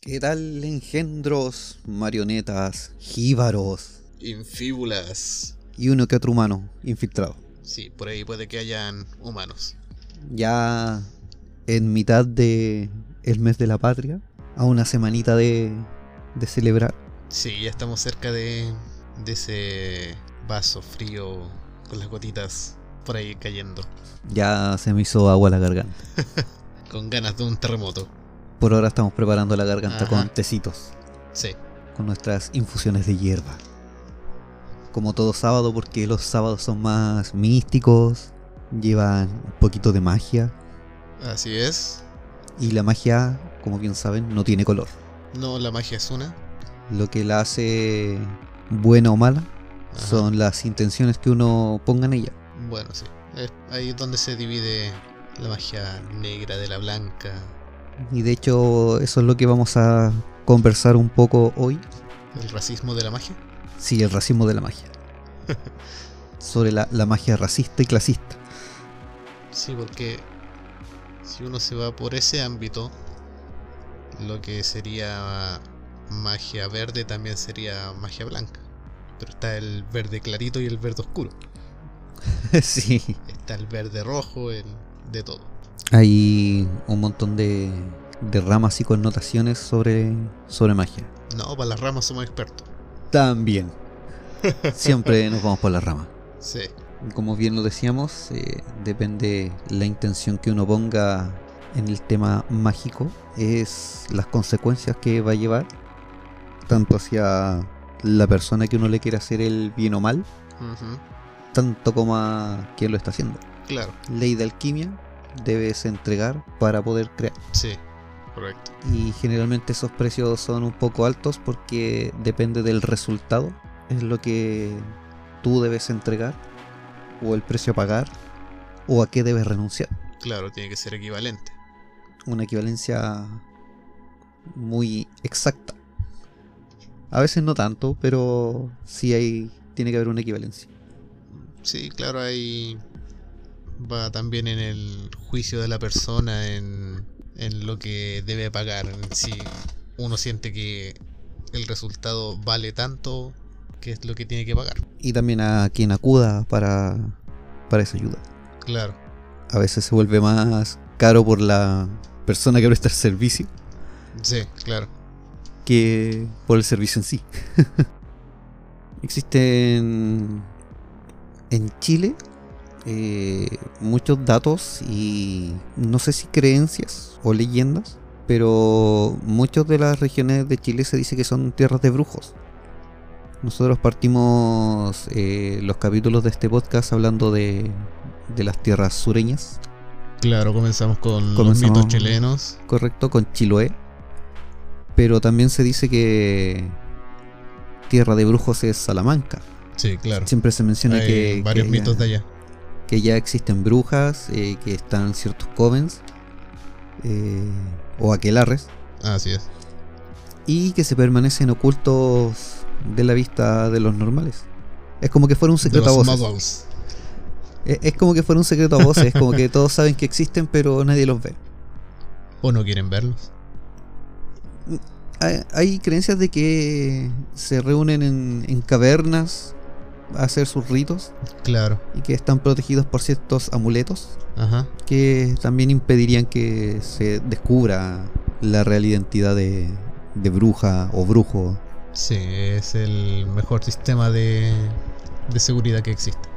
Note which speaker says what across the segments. Speaker 1: ¿Qué tal engendros, marionetas, jíbaros
Speaker 2: Infíbulas.
Speaker 1: y uno que otro humano infiltrado?
Speaker 2: Sí, por ahí puede que hayan humanos.
Speaker 1: Ya en mitad de el mes de la patria, a una semanita de, de celebrar.
Speaker 2: Sí, ya estamos cerca de, de ese vaso frío con las gotitas por ahí cayendo.
Speaker 1: Ya se me hizo agua la garganta.
Speaker 2: Con ganas de un terremoto.
Speaker 1: Por ahora estamos preparando la garganta
Speaker 2: Ajá.
Speaker 1: con tecitos,
Speaker 2: Sí,
Speaker 1: con nuestras infusiones de hierba. Como todo sábado, porque los sábados son más místicos, llevan un poquito de magia.
Speaker 2: así es.
Speaker 1: Y la magia, como bien saben, no tiene color.
Speaker 2: No, la magia es una.
Speaker 1: Lo que la hace buena o mala
Speaker 2: Ajá.
Speaker 1: son las intenciones que uno ponga en ella.
Speaker 2: Bueno, sí. Es ahí es donde se divide la magia negra de la blanca.
Speaker 1: Y de hecho eso es lo que vamos a conversar un poco hoy.
Speaker 2: El racismo de la magia.
Speaker 1: Sí, el racismo de la magia. Sobre la, la magia racista y clasista.
Speaker 2: Sí, porque si uno se va por ese ámbito, lo que sería magia verde también sería magia blanca. Pero está el verde clarito y el verde oscuro.
Speaker 1: sí.
Speaker 2: Está el verde rojo, el de todo.
Speaker 1: Hay un montón de, de ramas y connotaciones sobre, sobre magia.
Speaker 2: No, para las ramas somos expertos.
Speaker 1: También. Siempre nos vamos por la rama.
Speaker 2: Sí,
Speaker 1: Como bien lo decíamos, eh, depende la intención que uno ponga en el tema mágico, es las consecuencias que va a llevar, tanto hacia la persona que uno le quiere hacer el bien o mal,
Speaker 2: ujú,
Speaker 1: tanto como a quien lo está haciendo.
Speaker 2: claro,
Speaker 1: Ley de alquimia, debes entregar para poder crear.
Speaker 2: sí, correcto.
Speaker 1: Y generalmente esos precios son un poco altos porque depende del resultado, es lo que tú debes entregar, o el precio a pagar, o a qué debes renunciar.
Speaker 2: Claro, tiene que ser equivalente.
Speaker 1: Una equivalencia muy exacta. A veces no tanto, pero sí hay, tiene que haber una equivalencia.
Speaker 2: Sí, claro, ahí va también en el juicio de la persona, en, en lo que debe pagar. en Si uno siente que el resultado vale tanto, que es lo que tiene que pagar.
Speaker 1: Y también a quien acuda para, para esa ayuda.
Speaker 2: Claro,
Speaker 1: A veces se vuelve más caro por la persona que presta el servicio.
Speaker 2: sí, claro.
Speaker 1: que por el servicio en sí. Existen en Chile eh, muchos datos y no sé si creencias o leyendas, pero muchas de las regiones de Chile se dice que son tierras de brujos. Nosotros partimos eh, los capítulos de este podcast hablando de, de las tierras sureñas,
Speaker 2: Claro, comenzamos con
Speaker 1: Comenzamos.
Speaker 2: los mitos chilenos.
Speaker 1: correcto, con Chiloé. Pero también se dice que Tierra de Brujos es Salamanca.
Speaker 2: Sí, claro.
Speaker 1: Siempre se menciona
Speaker 2: Hay
Speaker 1: que,
Speaker 2: varios
Speaker 1: que
Speaker 2: mitos
Speaker 1: ya,
Speaker 2: de allá.
Speaker 1: que ya existen brujas, eh, que están ciertos covens eh, o aquelarres,
Speaker 2: Ah, Así es.
Speaker 1: y que se permanecen ocultos de la vista de los normales. Es como que fuera un
Speaker 2: De
Speaker 1: secreto a
Speaker 2: los
Speaker 1: voces.
Speaker 2: muggles.
Speaker 1: Es, es como que fuera un secreto a voces, es como que todos saben que existen, pero nadie los ve.
Speaker 2: ¿O no quieren verlos?
Speaker 1: hay, hay creencias de que se reúnen en, en cavernas a hacer sus ritos
Speaker 2: Claro.
Speaker 1: y que están protegidos por ciertos amuletos
Speaker 2: Ajá.
Speaker 1: que también impedirían que se descubra la real identidad de, de bruja o brujo.
Speaker 2: Sí, es el mejor sistema de, de seguridad que existe.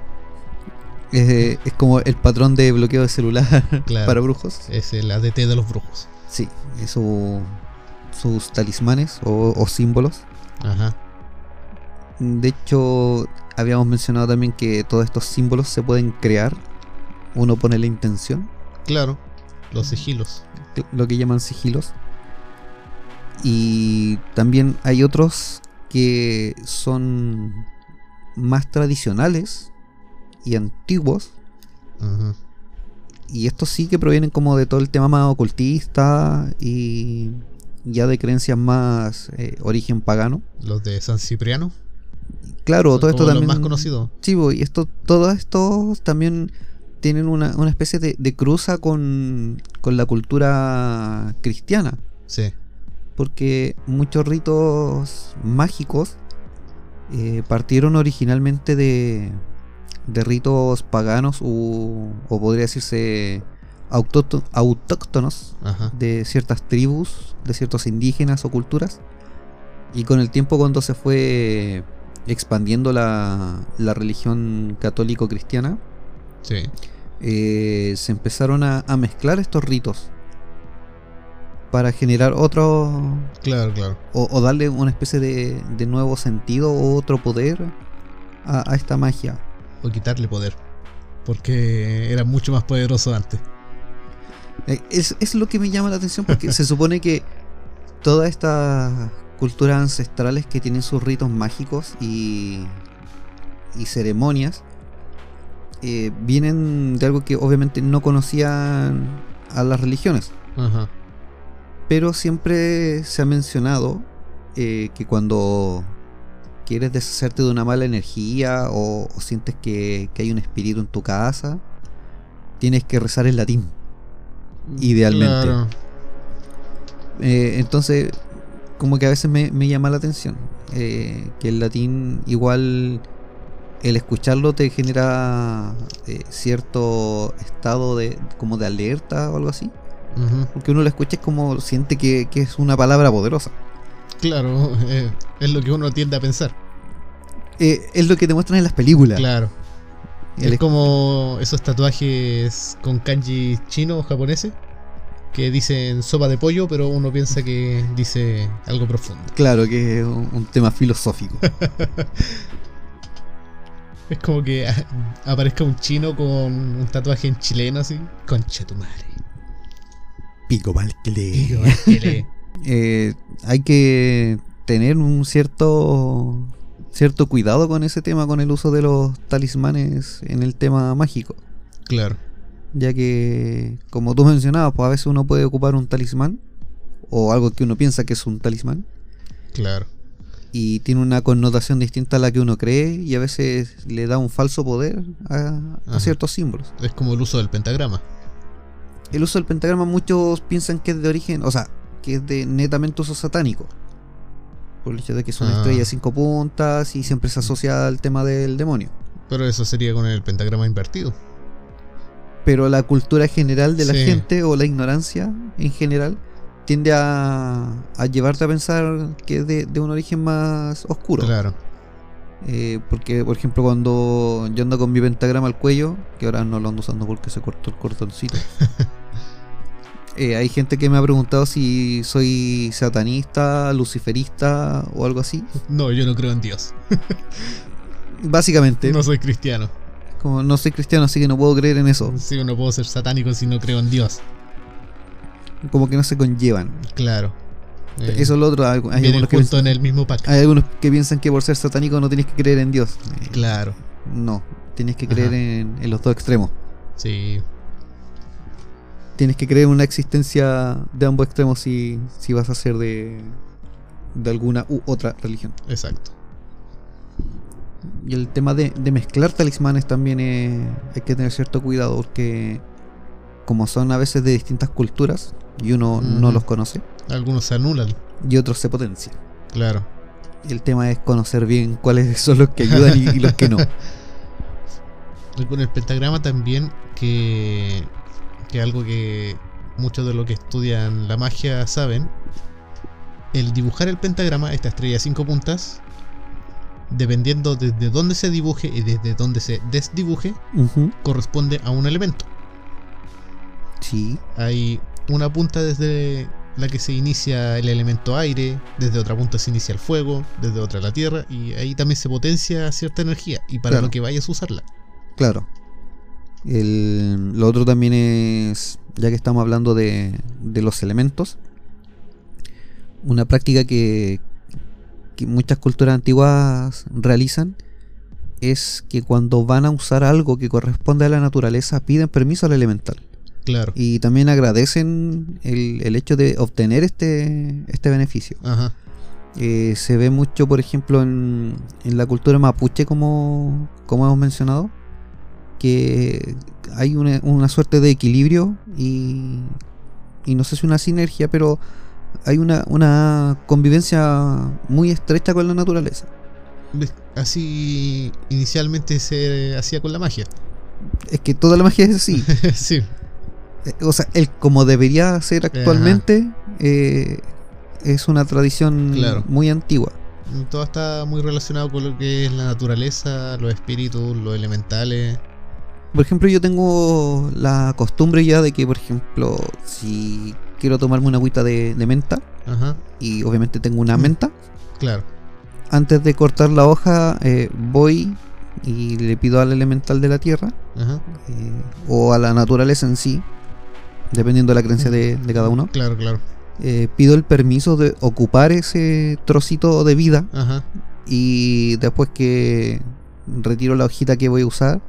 Speaker 1: Es, es como el patrón de bloqueo de celular
Speaker 2: Claro.
Speaker 1: para brujos.
Speaker 2: Es el ADT de los brujos.
Speaker 1: Sí, es su- sus talismanes o- o símbolos.
Speaker 2: Ajá.
Speaker 1: De hecho, habíamos mencionado también que todos estos símbolos se pueden crear. Uno pone la intención
Speaker 2: Claro, Los sigilos.
Speaker 1: lo que llaman sigilos. Y también hay otros que son más tradicionales y antiguos.
Speaker 2: Ujú.
Speaker 1: Y estos sí que provienen como de todo el tema más ocultista y ya de creencias más eh, origen pagano.
Speaker 2: Los de San Cipriano.
Speaker 1: Claro,
Speaker 2: son
Speaker 1: todo esto
Speaker 2: como
Speaker 1: también...
Speaker 2: Los más conocidos.
Speaker 1: Sí, bo, y esto, todos estos también tienen una, una especie de, de cruza con, con la cultura cristiana.
Speaker 2: Sí.
Speaker 1: porque muchos ritos mágicos eh, partieron originalmente de, de ritos paganos u- o podría decirse autócto- autóctonos
Speaker 2: Ajá.
Speaker 1: de ciertas tribus, de ciertos indígenas o culturas. Y con el tiempo cuando se fue expandiendo la, la religión católico-cristiana,
Speaker 2: Sí.
Speaker 1: eh, se empezaron a, a mezclar estos ritos para generar otros
Speaker 2: Claro, claro.
Speaker 1: o, o darle una especie de, de nuevo sentido o otro poder a, a esta magia.
Speaker 2: O quitarle poder. Porque era mucho más poderoso antes.
Speaker 1: Eh, Es, es lo que me llama la atención porque se supone que todas estas culturas ancestrales que tienen sus ritos mágicos y, y ceremonias eh, vienen de algo que obviamente no conocían a las religiones.
Speaker 2: Ajá.
Speaker 1: Pero siempre se ha mencionado eh, que cuando quieres deshacerte de una mala energía o, o sientes que, que hay un espíritu en tu casa, tienes que rezar en latín. Idealmente.
Speaker 2: Claro.
Speaker 1: Eh, entonces, como que a veces me, me llama la atención eh, que el latín igual... El escucharlo te genera eh, cierto estado de como de alerta o algo así.
Speaker 2: Ujú.
Speaker 1: Porque uno lo escucha es como siente que, que es una palabra poderosa.
Speaker 2: Claro, eh, es lo que uno tiende a pensar.
Speaker 1: Eh, es lo que te muestran en las películas.
Speaker 2: Claro.
Speaker 1: El-
Speaker 2: Es como esos tatuajes con kanji chino o japoneses que dicen sopa de pollo, pero uno piensa que dice algo profundo.
Speaker 1: Claro, que es un, un tema filosófico.
Speaker 2: Es como que ah, aparezca un chino con un tatuaje en chileno así. Concha tu madre.
Speaker 1: Pico
Speaker 2: Digo,
Speaker 1: Valcle.
Speaker 2: es que le-
Speaker 1: Eh, hay que tener un cierto cierto cuidado con ese tema, con el uso de los talismanes en el tema mágico.
Speaker 2: Claro.
Speaker 1: Ya que, como tú mencionabas, pues a veces uno puede ocupar un talismán o algo que uno piensa que es un talismán
Speaker 2: Claro.
Speaker 1: y tiene una connotación distinta a la que uno cree y a veces le da un falso poder a, a
Speaker 2: Ajá.
Speaker 1: ciertos símbolos.
Speaker 2: Es como el uso del pentagrama.
Speaker 1: El uso del pentagrama muchos piensan que es de origen, o sea, que es de netamente uso satánico. Por el hecho de que es una
Speaker 2: Ah.
Speaker 1: estrella de cinco puntas y siempre se asocia al tema del demonio.
Speaker 2: Pero eso sería con el pentagrama invertido.
Speaker 1: Pero la cultura general de la
Speaker 2: Sí.
Speaker 1: gente o la ignorancia en general tiende a, a llevarte a pensar que es de, de un origen más oscuro.
Speaker 2: Claro.
Speaker 1: Eh, porque, por ejemplo, cuando yo ando con mi pentagrama al cuello, que ahora no lo ando usando porque se cortó el cordoncito, eh, hay gente que me ha preguntado si soy satanista, luciferista o algo así.
Speaker 2: No, yo no creo en Dios.
Speaker 1: Básicamente,
Speaker 2: No soy cristiano.
Speaker 1: como no soy cristiano, así que no puedo creer en eso.
Speaker 2: Sí, no puedo ser satánico si no creo en Dios.
Speaker 1: Como que no se conllevan.
Speaker 2: Claro. Eh,
Speaker 1: Eso es lo otro. Hay, hay
Speaker 2: vienen
Speaker 1: algunos que
Speaker 2: junto
Speaker 1: piensan,
Speaker 2: en el mismo pack.
Speaker 1: hay algunos que piensan que por ser satánico no tienes que creer en Dios. Eh,
Speaker 2: Claro.
Speaker 1: No, tienes que creer
Speaker 2: Ajá.
Speaker 1: en, en los dos extremos.
Speaker 2: Sí,
Speaker 1: tienes que creer en una existencia de ambos extremos si, si vas a ser de, de alguna u otra religión.
Speaker 2: exacto.
Speaker 1: Y el tema de, de mezclar talismanes también eh, hay que tener cierto cuidado porque como son a veces de distintas culturas y uno no
Speaker 2: Ujú.
Speaker 1: los conoce
Speaker 2: Algunos se anulan.
Speaker 1: y otros se potencian.
Speaker 2: Claro.
Speaker 1: Y el tema es conocer bien cuáles son los que ayudan y, y los que no.
Speaker 2: Y con el pentagrama también, que, que algo que muchos de los que estudian la magia saben, el dibujar el pentagrama, esta estrella de cinco puntas, dependiendo desde dónde se dibuje y desde dónde se desdibuje,
Speaker 1: Ujú.
Speaker 2: corresponde a un elemento.
Speaker 1: Sí,
Speaker 2: Hay una punta desde la que se inicia el elemento aire, desde otra punta se inicia el fuego, desde otra la tierra, y ahí también se potencia cierta energía, y para
Speaker 1: Claro.
Speaker 2: lo que vayas a usarla.
Speaker 1: claro. El- lo otro también es ya que estamos hablando de, de los elementos, una práctica que, que muchas culturas antiguas realizan es que cuando van a usar algo que corresponde a la naturaleza piden permiso al elemental
Speaker 2: Claro.
Speaker 1: y también agradecen el, el hecho de obtener este, este beneficio.
Speaker 2: Ajá.
Speaker 1: Eh, se ve mucho, por ejemplo, en, en la cultura mapuche, como, como hemos mencionado, que hay una, una suerte de equilibrio y, y no sé si una sinergia, pero hay una, una convivencia muy estrecha con la naturaleza.
Speaker 2: ¿Ves? Así inicialmente se hacía con la magia.
Speaker 1: Es que toda la magia es así.
Speaker 2: sí.
Speaker 1: Eh, O sea, el como debería ser actualmente eh, es una tradición
Speaker 2: Claro.
Speaker 1: muy antigua.
Speaker 2: Todo está muy relacionado con lo que es la naturaleza, los espíritus, los elementales.
Speaker 1: Por ejemplo, yo tengo la costumbre ya de que, por ejemplo, si quiero tomarme una agüita de, de menta,
Speaker 2: Ajá.
Speaker 1: y obviamente tengo una
Speaker 2: Mm.
Speaker 1: menta,
Speaker 2: Claro.
Speaker 1: antes de cortar la hoja eh, voy y le pido al elemental de la tierra,
Speaker 2: Ajá.
Speaker 1: eh, o a la naturaleza en sí, dependiendo de la creencia
Speaker 2: Mm.
Speaker 1: de, de cada uno,
Speaker 2: Claro, claro.
Speaker 1: eh, pido el permiso de ocupar ese trocito de vida
Speaker 2: Ajá.
Speaker 1: y después que retiro la hojita que voy a usar,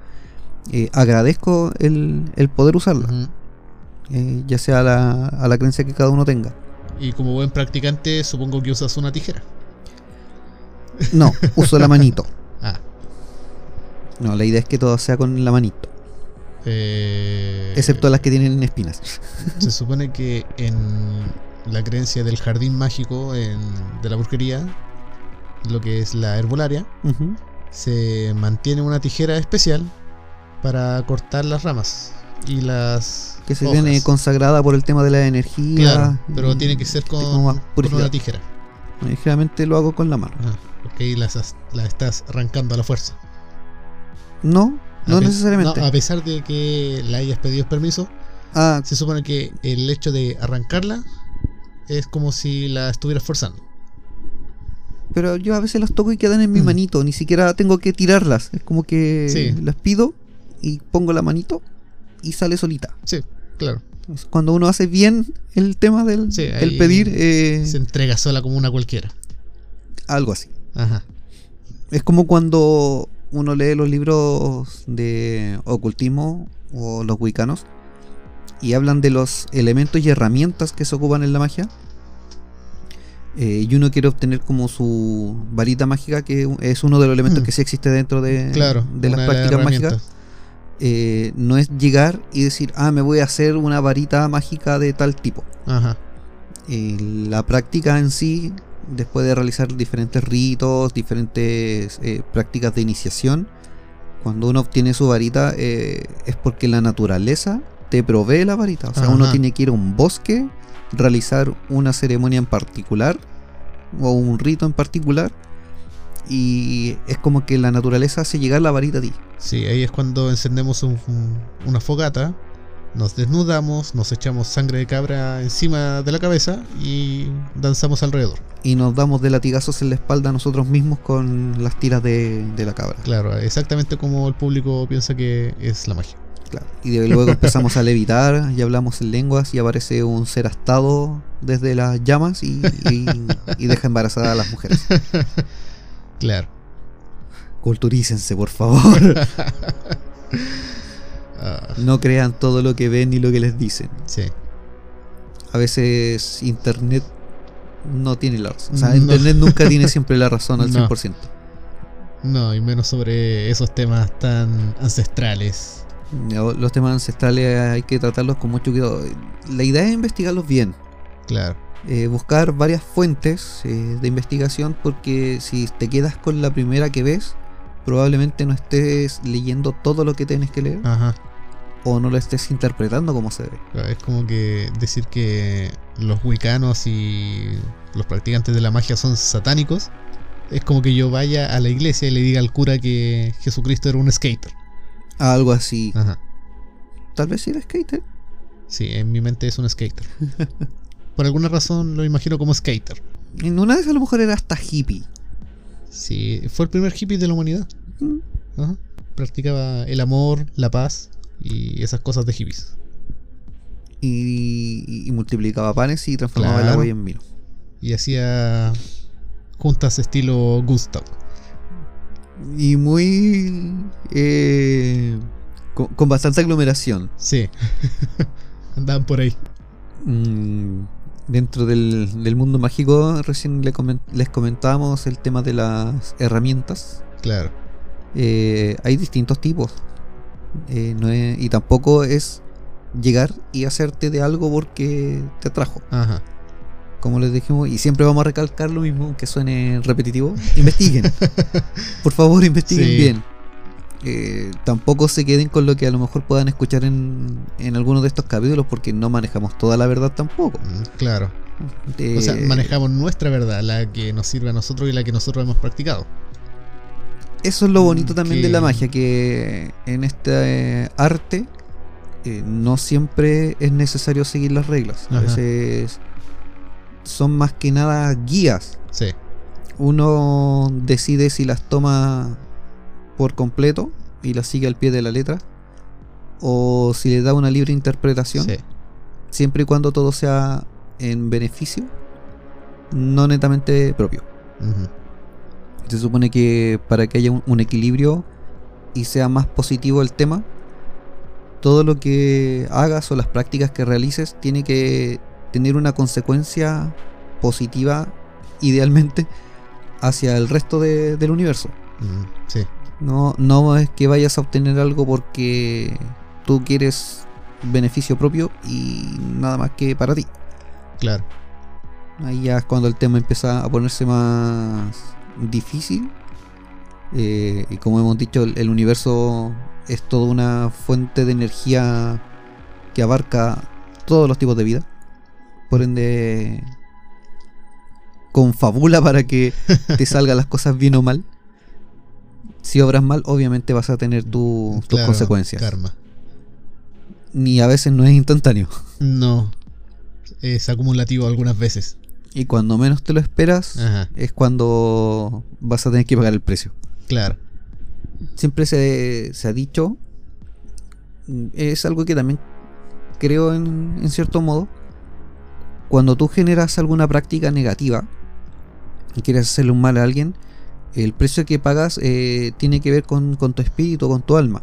Speaker 1: eh, agradezco el, el poder usarla.
Speaker 2: Ujú.
Speaker 1: eh, ya sea a la, a la creencia que cada uno tenga.
Speaker 2: Y como buen practicante, supongo que usas una tijera.
Speaker 1: No, uso la manito.
Speaker 2: Ah.
Speaker 1: No, la idea es que todo sea con la manito,
Speaker 2: Eh,
Speaker 1: excepto las que tienen espinas.
Speaker 2: Se supone que en la creencia del jardín mágico en- de la brujería, lo que es la herbolaria,
Speaker 1: Ujú.
Speaker 2: se mantiene una tijera especial para cortar las ramas y las
Speaker 1: Que se
Speaker 2: hojas.
Speaker 1: tiene consagrada por el tema de la energía.
Speaker 2: claro, pero
Speaker 1: y
Speaker 2: tiene que ser
Speaker 1: esté
Speaker 2: con,
Speaker 1: como más
Speaker 2: con
Speaker 1: purificada.
Speaker 2: una tijera
Speaker 1: Eh, Generalmente lo hago con la mano.
Speaker 2: Ajá, porque ahí las, has- las estás arrancando a la fuerza
Speaker 1: No, no
Speaker 2: A pe-
Speaker 1: necesariamente.
Speaker 2: no, a pesar de que le hayas pedido permiso
Speaker 1: ah,
Speaker 2: se supone que el hecho de arrancarla es como si la estuvieras forzando
Speaker 1: pero yo a veces las toco y quedan en mi
Speaker 2: Mm.
Speaker 1: manito. Ni siquiera tengo que tirarlas. Es como que
Speaker 2: Sí.
Speaker 1: las pido y pongo la manito y sale solita.
Speaker 2: claro
Speaker 1: Entonces, Cuando uno hace bien el tema del
Speaker 2: Sí,
Speaker 1: del
Speaker 2: ahí
Speaker 1: pedir, eh,
Speaker 2: se entrega sola como una cualquiera
Speaker 1: algo así.
Speaker 2: ajá
Speaker 1: Es como cuando uno lee los libros de ocultismo o los wicanos y hablan de los elementos y herramientas que se ocupan en la magia. eh, y uno quiere obtener como su varita mágica, que es uno de los elementos
Speaker 2: Mm.
Speaker 1: que sí existe dentro de,
Speaker 2: claro
Speaker 1: Eh, de las
Speaker 2: una
Speaker 1: prácticas mágicas.
Speaker 2: herramientas.
Speaker 1: Eh, no es llegar y decir, ah, me voy a hacer una varita mágica de tal tipo
Speaker 2: ajá
Speaker 1: eh, la práctica en sí, después de realizar diferentes ritos, diferentes eh, prácticas de iniciación, cuando uno obtiene su varita eh, es porque la naturaleza te provee la varita. O sea, uno
Speaker 2: Ajá.
Speaker 1: tiene que ir a un bosque, realizar una ceremonia en particular o un rito en particular. Y es como que la naturaleza hace llegar la varita a ti.
Speaker 2: Sí, ahí es cuando encendemos un- un- una fogata, nos desnudamos, nos echamos sangre de cabra encima de la cabeza y danzamos alrededor.
Speaker 1: Y nos damos de latigazos en la espalda a nosotros mismos con las tiras de, de la cabra.
Speaker 2: Claro, exactamente como el público piensa que es la magia.
Speaker 1: Claro. Y de luego empezamos a levitar y hablamos en lenguas y aparece un ser astado desde las llamas y, y- y deja embarazada a las mujeres.
Speaker 2: Claro.
Speaker 1: Culturícense, por favor.
Speaker 2: Ah,
Speaker 1: No crean todo lo que ven ni lo que les dicen.
Speaker 2: sí.
Speaker 1: A veces internet no tiene la razón. O sea,
Speaker 2: No.
Speaker 1: internet nunca tiene siempre la razón al
Speaker 2: No.
Speaker 1: 100%.
Speaker 2: No, y menos sobre esos temas tan ancestrales.
Speaker 1: No, Los temas ancestrales hay que tratarlos con mucho cuidado. La idea es investigarlos bien.
Speaker 2: Claro.
Speaker 1: eh, buscar varias fuentes eh, de investigación porque si te quedas con la primera que ves, probablemente no estés leyendo todo lo que tienes que leer
Speaker 2: Ajá.
Speaker 1: o no lo estés interpretando como se debe.
Speaker 2: Es como que decir que los wicanos y los practicantes de la magia son satánicos. Es como que yo vaya a la iglesia y le diga al cura que Jesucristo era un skater.
Speaker 1: Algo así.
Speaker 2: Ajá.
Speaker 1: Tal vez si eres skater.
Speaker 2: Sí, en mi mente es un skater. Por alguna razón lo imagino como skater.
Speaker 1: En una de esas a lo mejor era hasta hippie.
Speaker 2: Sí, fue el primer hippie de la humanidad.
Speaker 1: Mm,
Speaker 2: Ajá. Practicaba el amor, la paz y esas cosas de hippies.
Speaker 1: y, y- y multiplicaba panes y transformaba el
Speaker 2: Claro.
Speaker 1: agua en vino.
Speaker 2: Y hacía juntas estilo Gustav.
Speaker 1: Y muy... eh, con, con bastante aglomeración.
Speaker 2: Sí. Andaban por ahí.
Speaker 1: Mm, dentro del, del mundo mágico, recién le comen- les comentábamos el tema de las herramientas.
Speaker 2: Claro.
Speaker 1: Eh, hay distintos tipos. Eh, no es- y tampoco es llegar y hacerte de algo porque te atrajo.
Speaker 2: Ajá.
Speaker 1: Como les dijimos, y siempre vamos a recalcar lo mismo, aunque suene repetitivo. Investiguen. Por favor, investiguen
Speaker 2: Sí.
Speaker 1: bien. Eh, tampoco se queden con lo que a lo mejor puedan escuchar en, en alguno de estos capítulos, porque no manejamos toda la verdad tampoco.
Speaker 2: Mm, Claro.
Speaker 1: Eh,
Speaker 2: O sea, manejamos nuestra verdad, la que nos sirve a nosotros y la que nosotros hemos practicado.
Speaker 1: Eso es lo bonito también de la
Speaker 2: Mm, que-
Speaker 1: magia, que en este eh, arte eh, no siempre es necesario seguir las reglas. A
Speaker 2: Ajá.
Speaker 1: veces son más que nada guías.
Speaker 2: Sí.
Speaker 1: Uno decide si las toma por completo y las sigue al pie de la letra, o si le da una libre interpretación,
Speaker 2: Sí.
Speaker 1: siempre y cuando todo sea en beneficio, no netamente propio.
Speaker 2: Ujú.
Speaker 1: Se supone que para que haya un, un equilibrio y sea más positivo el tema, todo lo que hagas o las prácticas que realices tiene que tener una consecuencia positiva, idealmente, hacia el resto de- del universo.
Speaker 2: Mm, Sí.
Speaker 1: No, no es que vayas a obtener algo porque tú quieres beneficio propio y nada más que para ti.
Speaker 2: Claro.
Speaker 1: Ahí ya es cuando el tema empieza a ponerse más difícil. Eh, y como hemos dicho, el, el universo es toda una fuente de energía que abarca todos los tipos de vida. Por ende, confabula para que te salgan las cosas bien o mal. Si obras mal, obviamente vas a tener tu- tus
Speaker 2: Claro,
Speaker 1: consecuencias.
Speaker 2: Karma.
Speaker 1: Ni a veces no es instantáneo.
Speaker 2: No. Es acumulativo algunas veces.
Speaker 1: Y cuando menos te lo esperas,
Speaker 2: Ajá.
Speaker 1: es cuando vas a tener que pagar el precio.
Speaker 2: Claro.
Speaker 1: Siempre se, se ha dicho, mm, es algo que también creo en, en cierto modo, cuando tú generas alguna práctica negativa y quieres hacerle un mal a alguien, el precio que pagas eh, tiene que ver con, con tu espíritu, con tu alma.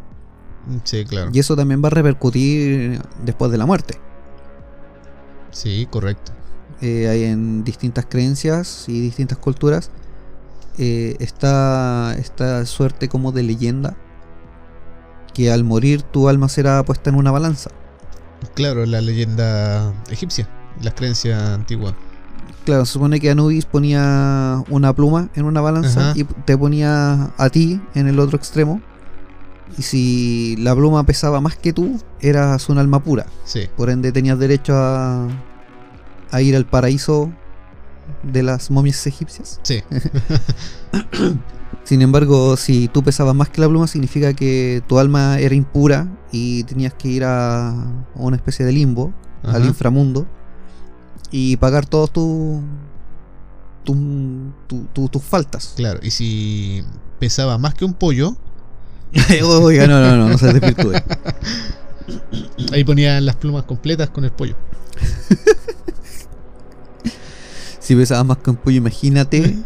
Speaker 2: mm, Sí, claro.
Speaker 1: Y eso también va a repercutir después de la muerte.
Speaker 2: Sí, correcto.
Speaker 1: eh, hay en distintas creencias y distintas culturas eh, está esta suerte como de leyenda que al morir tu alma será puesta en una balanza.
Speaker 2: Claro, la leyenda egipcia, las creencias antiguas.
Speaker 1: Claro, se supone que Anubis ponía una pluma en una balanza
Speaker 2: Ajá.
Speaker 1: y te ponía a ti en el otro extremo. Y si la pluma pesaba más que tú, eras un alma pura.
Speaker 2: Sí,
Speaker 1: Por ende tenías derecho a, a ir al paraíso de las momias egipcias.
Speaker 2: sí,
Speaker 1: Sin embargo, si tú pesabas más que la pluma, significa que tu alma era impura y tenías que ir a a una especie de limbo,
Speaker 2: Ajá.
Speaker 1: al inframundo, y pagar todos tus tu- tu- tu- tus faltas.
Speaker 2: claro. Y si pesaba más que un pollo,
Speaker 1: Oiga, no, no, no, no se desvirtúe.
Speaker 2: ahí ponían las plumas completas con el pollo.
Speaker 1: Si pesabas más que un pollo, imagínate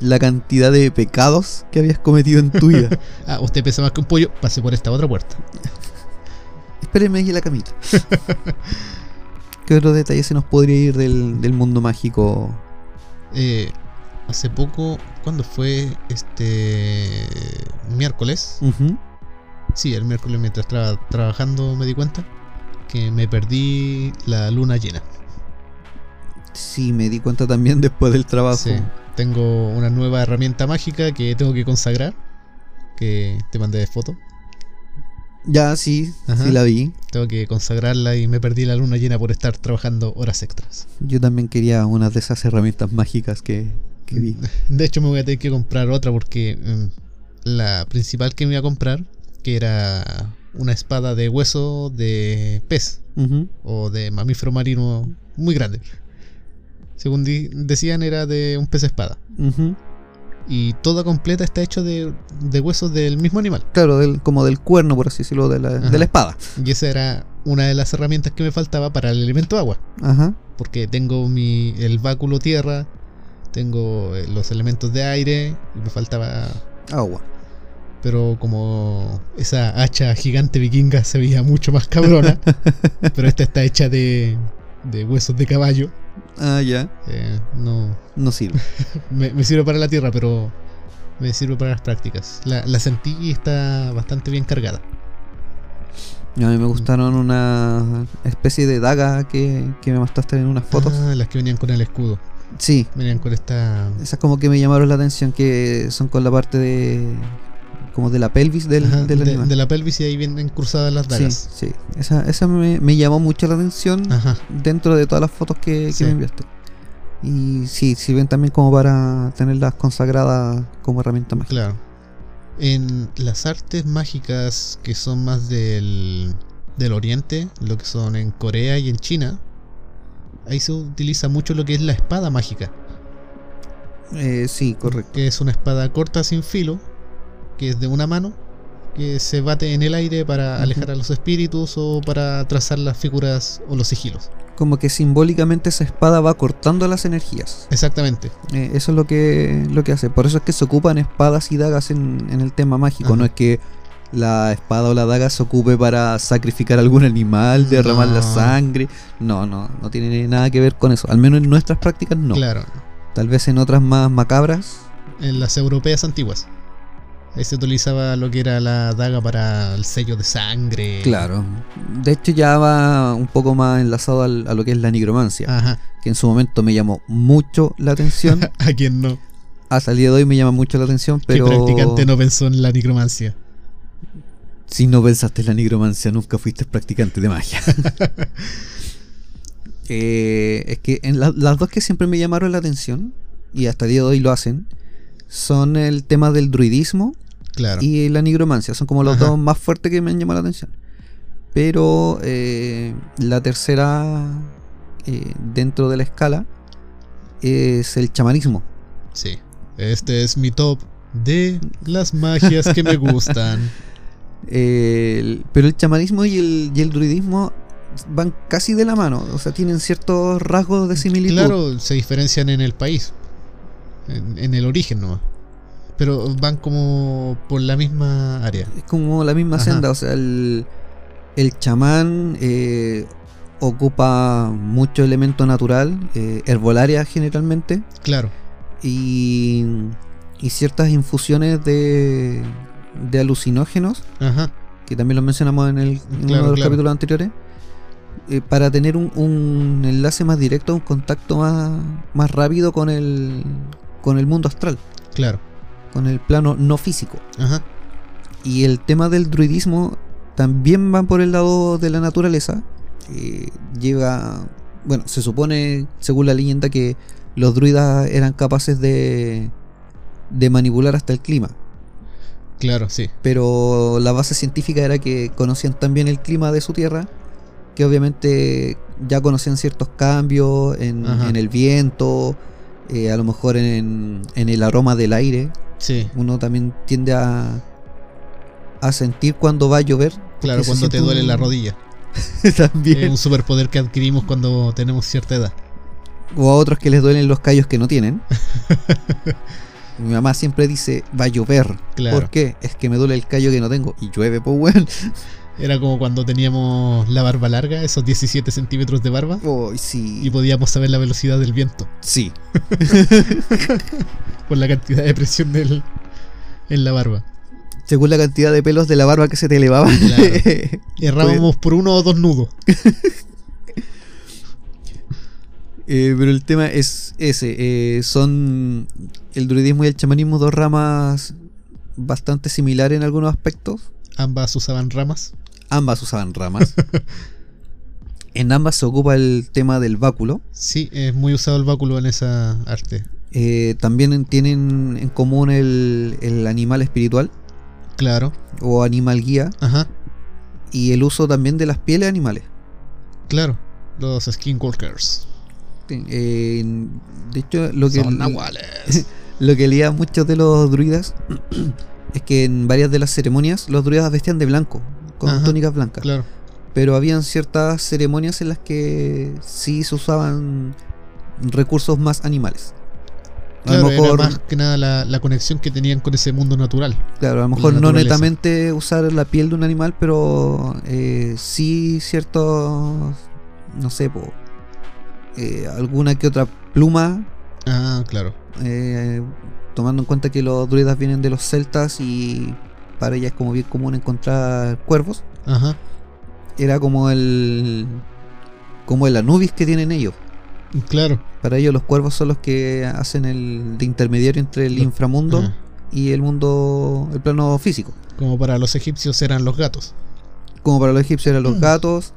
Speaker 1: la cantidad de pecados que habías cometido en tu vida.
Speaker 2: Ah, usted pesa más que un pollo, pase por esta otra puerta.
Speaker 1: Espérenme aquí en la camita. ¿Qué otro detalle se nos podría ir del, del mundo mágico?
Speaker 2: Eh, hace poco, ¿cuándo fue? Este. miércoles.
Speaker 1: Ujú.
Speaker 2: Sí, el miércoles mientras estaba trabajando me di cuenta que me perdí la luna llena.
Speaker 1: Sí, me di cuenta también después del trabajo.
Speaker 2: Sí, tengo una nueva herramienta mágica que tengo que consagrar. Que te mandé de foto.
Speaker 1: Ya, sí,
Speaker 2: Ajá.
Speaker 1: sí la vi.
Speaker 2: Tengo que consagrarla y me perdí la luna llena por estar trabajando horas extras.
Speaker 1: Yo también quería una de esas herramientas mágicas que, que vi.
Speaker 2: De hecho, me voy a tener que comprar otra porque mm, la principal que me iba a comprar, que era una espada de hueso de pez
Speaker 1: Ujú.
Speaker 2: o de mamífero marino muy grande. Según di- decían, era de un pez espada.
Speaker 1: Ujú.
Speaker 2: y toda completa está hecho de, de huesos del mismo animal.
Speaker 1: Claro, del, como del cuerno, por así decirlo, de la, de
Speaker 2: Ajá.
Speaker 1: la espada.
Speaker 2: Y esa era una de las herramientas que me faltaba para el elemento agua.
Speaker 1: Ajá.
Speaker 2: Porque tengo mi, el báculo tierra, tengo eh, los elementos de aire, y me faltaba...
Speaker 1: Agua.
Speaker 2: Pero como esa hacha gigante vikinga se veía mucho más cabrona, pero esta está hecha de, de huesos de caballo,
Speaker 1: Ah, ya.
Speaker 2: eh, no,
Speaker 1: No sirve.
Speaker 2: me, me sirve para la tierra, pero me sirve para las prácticas. La, la sentí y está bastante bien cargada.
Speaker 1: Y A mí me gustaron una especie de daga que, que me mostraste en unas fotos.
Speaker 2: Ah, las que venían con el escudo.
Speaker 1: Sí,
Speaker 2: Venían con esta.
Speaker 1: esas como que me llamaron la atención, que son con la parte de. como de la pelvis del,
Speaker 2: Ajá,
Speaker 1: del
Speaker 2: de,
Speaker 1: animal.
Speaker 2: de la pelvis y ahí vienen cruzadas las
Speaker 1: sí,
Speaker 2: dagas.
Speaker 1: sí. Esa, esa me, me llamó mucho la atención
Speaker 2: Ajá.
Speaker 1: dentro de todas las fotos que, que
Speaker 2: Sí.
Speaker 1: me enviaste. Y sí, sirven también como para tenerlas consagradas como herramienta mágica.
Speaker 2: Claro. En las artes mágicas que son más del, del oriente, lo que son en Corea y en China, ahí se utiliza mucho lo que es la espada mágica,
Speaker 1: Eh, sí, correcto.
Speaker 2: que es una espada corta sin filo, que es de una mano, que se bate en el aire para
Speaker 1: Ujú.
Speaker 2: alejar a los espíritus o para trazar las figuras o los sigilos.
Speaker 1: Como que simbólicamente esa espada va cortando las energías.
Speaker 2: Exactamente.
Speaker 1: Eh, eso es lo que, lo que hace. Por eso es que se ocupan espadas y dagas en, en el tema mágico.
Speaker 2: Ajá.
Speaker 1: No es que la espada o la daga se ocupe para sacrificar algún animal, derramar la
Speaker 2: No.
Speaker 1: sangre. No, no, no tiene nada que ver con eso. Al menos en nuestras prácticas no.
Speaker 2: Claro.
Speaker 1: Tal vez en otras más macabras.
Speaker 2: En las europeas antiguas. Ahí se utilizaba lo que era la daga para el sello de sangre.
Speaker 1: Claro. De hecho ya va un poco más enlazado al- a lo que es la nigromancia.
Speaker 2: Ajá.
Speaker 1: Que en su momento me llamó mucho la atención.
Speaker 2: ¿A quién no?
Speaker 1: Hasta el día de hoy me llama mucho la atención,
Speaker 2: ¿Qué
Speaker 1: pero...
Speaker 2: practicante no pensó en la necromancia?
Speaker 1: Si no pensaste en la nigromancia, nunca fuiste practicante de magia. Eh, es que en la- las dos que siempre me llamaron la atención, y hasta el día de hoy lo hacen, son el tema del druidismo
Speaker 2: Claro.
Speaker 1: y la nigromancia. Son como los
Speaker 2: Ajá.
Speaker 1: dos más fuertes que me han llamado la atención. Pero eh, la tercera eh, dentro de la escala es el chamanismo.
Speaker 2: Sí. Este es mi top de las magias que me gustan.
Speaker 1: El- pero el chamanismo y el, y el druidismo van casi de la mano, o sea, tienen ciertos rasgos de similitud.
Speaker 2: Claro, se diferencian en el país. En, en el origen nomás. Pero van como por la misma área.
Speaker 1: Es como la misma
Speaker 2: Ajá.
Speaker 1: senda, o sea, el, el chamán eh, ocupa mucho elemento natural, eh, herbolaria generalmente,
Speaker 2: Claro.
Speaker 1: y, y ciertas infusiones de, de alucinógenos
Speaker 2: Ajá.
Speaker 1: que también lo mencionamos en, el, en uno de
Speaker 2: Claro,
Speaker 1: los
Speaker 2: claro.
Speaker 1: capítulos anteriores, eh, para tener un, un enlace más directo, un contacto más, más rápido con el, con el mundo astral,
Speaker 2: Claro.
Speaker 1: con el plano no físico.
Speaker 2: Ajá.
Speaker 1: Y el tema del druidismo también va por el lado de la naturaleza. eh, lleva, bueno, se supone, según la leyenda, que los druidas eran capaces de, de manipular hasta el clima
Speaker 2: Claro, sí.
Speaker 1: pero la base científica era que conocían también el clima de su tierra, que obviamente ya conocían ciertos cambios en,
Speaker 2: Ajá.
Speaker 1: en el viento, eh, a lo mejor en, en el aroma del aire.
Speaker 2: Sí.
Speaker 1: Uno también tiende a, a sentir cuando va a llover.
Speaker 2: Claro,
Speaker 1: se
Speaker 2: cuando te
Speaker 1: siente
Speaker 2: duele
Speaker 1: un-
Speaker 2: la rodilla. Es
Speaker 1: también.
Speaker 2: un superpoder que adquirimos cuando tenemos cierta edad.
Speaker 1: O a otros que les duelen los callos que no tienen. Mi mamá siempre dice, va a llover.
Speaker 2: Claro.
Speaker 1: ¿Por qué? Es que me duele el callo que no tengo. Y llueve, pues, weón.
Speaker 2: Era como cuando teníamos la barba larga, esos 17 centímetros de barba.
Speaker 1: Oh, sí.
Speaker 2: y podíamos saber la velocidad del viento
Speaker 1: Sí.
Speaker 2: por la cantidad de presión del, en la barba.
Speaker 1: según la cantidad de pelos de la barba que se te elevaban.
Speaker 2: Claro. Errábamos por uno o dos nudos.
Speaker 1: Eh, pero el tema es ese. eh, son el druidismo y el chamanismo dos ramas bastante similares en algunos aspectos.
Speaker 2: Ambas usaban ramas.
Speaker 1: Ambas usaban ramas. en ambas se ocupa el tema del báculo.
Speaker 2: Sí, es muy usado el báculo en esa arte.
Speaker 1: Eh, también en- tienen en común el, el animal espiritual
Speaker 2: Claro.
Speaker 1: o animal guía
Speaker 2: Ajá.
Speaker 1: y el uso también de las pieles animales.
Speaker 2: Claro. Los skinwalkers.
Speaker 1: Eh, de hecho, lo que
Speaker 2: Son nahuales.
Speaker 1: Lo que leía muchos de los druidas es que en varias de las ceremonias los druidas vestían de blanco, con
Speaker 2: Ajá,
Speaker 1: túnicas blancas.
Speaker 2: Claro.
Speaker 1: Pero habían ciertas ceremonias en las que sí se usaban recursos más animales. A lo
Speaker 2: Claro, era
Speaker 1: mejor-
Speaker 2: más que nada la, la conexión que tenían con ese mundo natural.
Speaker 1: Claro, a lo mejor no
Speaker 2: naturaleza.
Speaker 1: netamente usar la piel de un animal, pero eh, sí ciertos, no sé, po, eh, alguna que otra pluma,
Speaker 2: Ah, claro.
Speaker 1: eh, tomando en cuenta que los druidas vienen de los celtas y para ellas es como bien común encontrar cuervos,
Speaker 2: Ajá.
Speaker 1: era como el, como el Anubis que tienen ellos.
Speaker 2: Claro.
Speaker 1: Para ellos los cuervos son los que hacen el de intermediario entre el
Speaker 2: Lo-
Speaker 1: inframundo
Speaker 2: Ah,
Speaker 1: y el mundo, el plano físico.
Speaker 2: Como para los egipcios eran los gatos.
Speaker 1: como para los egipcios eran los
Speaker 2: Mm.
Speaker 1: gatos.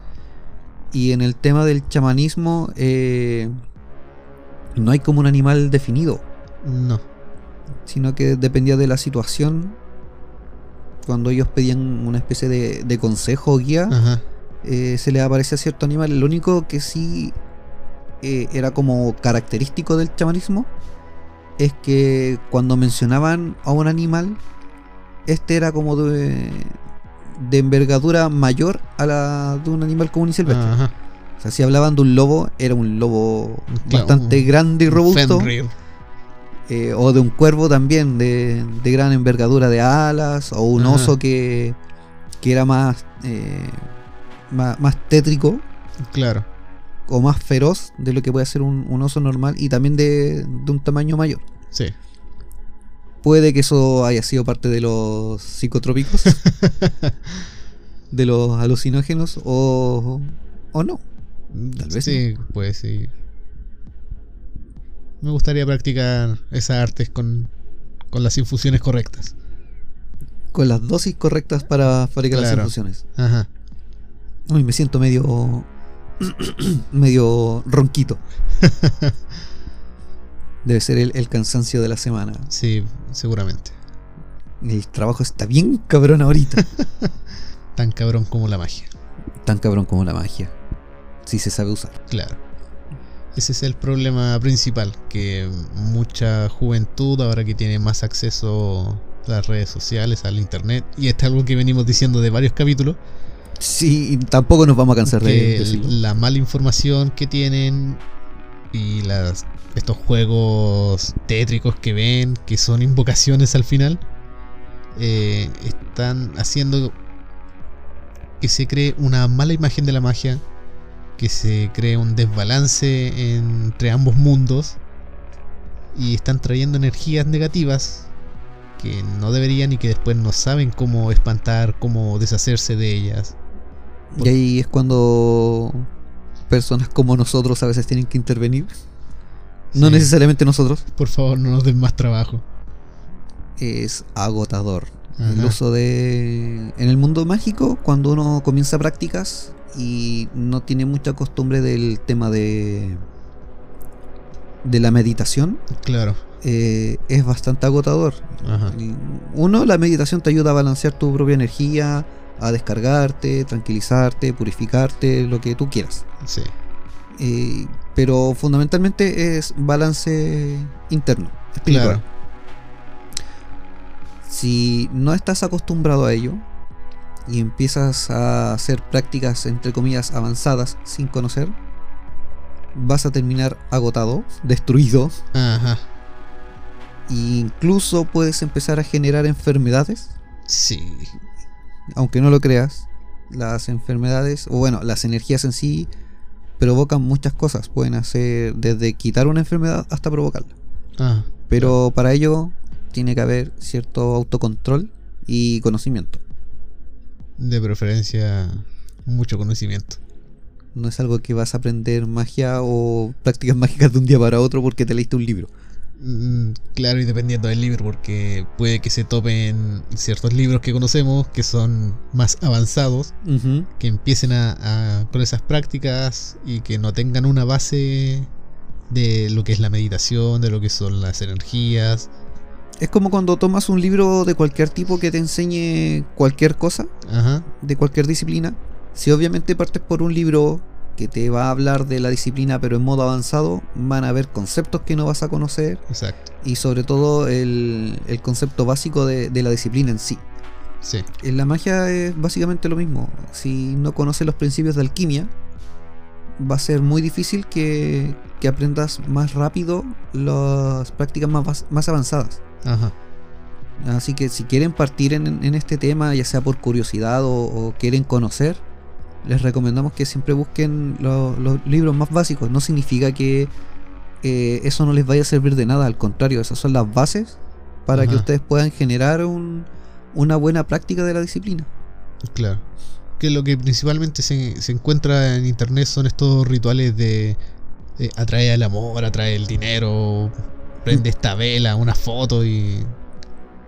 Speaker 1: Y en el tema del chamanismo, eh, no hay como un animal definido,
Speaker 2: No.
Speaker 1: sino que dependía de la situación. Cuando ellos pedían una especie de, de consejo o guía,
Speaker 2: Ajá.
Speaker 1: eh, se les aparecía cierto animal. Lo único que sí eh, era como característico del chamanismo es que cuando mencionaban a un animal, este era como de, de envergadura mayor a la de un animal común y silvestre.
Speaker 2: Ajá.
Speaker 1: O sea, si hablaban de un lobo, era un lobo
Speaker 2: Claro,
Speaker 1: bastante
Speaker 2: un-
Speaker 1: grande y robusto.
Speaker 2: Fenrir.
Speaker 1: eh, o de un cuervo también, de, de gran envergadura de alas. O un
Speaker 2: Ajá.
Speaker 1: oso que, que era más, eh, más, más tétrico
Speaker 2: Claro.
Speaker 1: o más feroz de lo que puede ser un, un oso normal. Y también de, de un tamaño mayor.
Speaker 2: Sí.
Speaker 1: Puede que eso haya sido parte de los psicotrópicos, de los alucinógenos, o, o no. Tal vez
Speaker 2: sí, pues sí. Me gustaría practicar esas artes con, con las infusiones correctas.
Speaker 1: Con las dosis correctas para fabricar las
Speaker 2: Claro.
Speaker 1: infusiones.
Speaker 2: Ajá.
Speaker 1: Uy, me siento medio. medio ronquito. Debe ser el, el cansancio de la semana.
Speaker 2: Sí, seguramente.
Speaker 1: El trabajo está bien cabrón ahorita.
Speaker 2: Tan cabrón como la magia.
Speaker 1: Tan cabrón como la magia. Si se sabe usar.
Speaker 2: Claro. Ese es el problema principal, que mucha juventud ahora que tiene más acceso a las redes sociales, al internet, y esto es algo que venimos diciendo de varios capítulos,
Speaker 1: Sí, tampoco nos vamos a cansar de
Speaker 2: que
Speaker 1: decirlo.
Speaker 2: la mala información que tienen y las, estos juegos tétricos que ven, que son invocaciones al final, eh, están haciendo que se cree una mala imagen de la magia, que se cree un desbalance entre ambos mundos y están trayendo energías negativas que no deberían y que después no saben cómo espantar, cómo deshacerse de ellas.
Speaker 1: Y ahí es cuando personas como nosotros a veces tienen que intervenir. No
Speaker 2: Sí.
Speaker 1: necesariamente nosotros.
Speaker 2: Por favor, no nos den más trabajo.
Speaker 1: Es agotador. El
Speaker 2: Ajá.
Speaker 1: uso de. En el mundo mágico, cuando uno comienza prácticas y no tiene mucha costumbre del tema de. de la meditación,
Speaker 2: Claro.
Speaker 1: eh, es bastante agotador.
Speaker 2: Ajá.
Speaker 1: Uno, la meditación te ayuda a balancear tu propia energía, a descargarte, tranquilizarte, purificarte, lo que tú quieras.
Speaker 2: Sí.
Speaker 1: Eh, pero fundamentalmente es balance interno, espiritual.
Speaker 2: Claro.
Speaker 1: Si no estás acostumbrado a ello y empiezas a hacer prácticas entre comillas avanzadas sin conocer, vas a terminar agotado, destruido
Speaker 2: Ajá.
Speaker 1: e incluso puedes empezar a generar enfermedades,
Speaker 2: Sí.
Speaker 1: aunque no lo creas. Las enfermedades, o bueno, las energías en sí provocan muchas cosas, pueden hacer desde quitar una enfermedad hasta provocarla.
Speaker 2: Ajá.
Speaker 1: Pero para ello tiene que haber cierto autocontrol y conocimiento.
Speaker 2: De preferencia, mucho conocimiento.
Speaker 1: No es algo que vas a aprender magia o prácticas mágicas de un día para otro porque te leíste un libro.
Speaker 2: Mm, Claro, y dependiendo del libro, porque puede que se topen ciertos libros que conocemos, que son más avanzados, que empiecen a, a- con esas prácticas y que no tengan una base de lo que es la meditación, de lo que son las energías.
Speaker 1: Es como cuando tomas un libro de cualquier tipo que te enseñe cualquier cosa,
Speaker 2: Ajá.
Speaker 1: de cualquier disciplina. Si obviamente partes por un libro que te va a hablar de la disciplina pero en modo avanzado, van a haber conceptos que no vas a conocer
Speaker 2: Exacto.
Speaker 1: y sobre todo el, el concepto básico de, de la disciplina en sí.
Speaker 2: Sí.
Speaker 1: En la magia es básicamente lo mismo. Si no conoces los principios de alquimia, va a ser muy difícil que, que aprendas más rápido las prácticas más, vas- más avanzadas.
Speaker 2: Ajá.
Speaker 1: Así que si quieren partir en, en este tema, ya sea por curiosidad o, o quieren conocer, les recomendamos que siempre busquen lo- los libros más básicos. No significa que eh, eso no les vaya a servir de nada, al contrario, esas son las bases para que
Speaker 2: Ajá.
Speaker 1: ustedes puedan generar un- una buena práctica de la disciplina.
Speaker 2: Claro. Que lo que principalmente se, se encuentra en internet son estos rituales de, de atrae el amor, atrae el dinero, prende esta vela, una foto y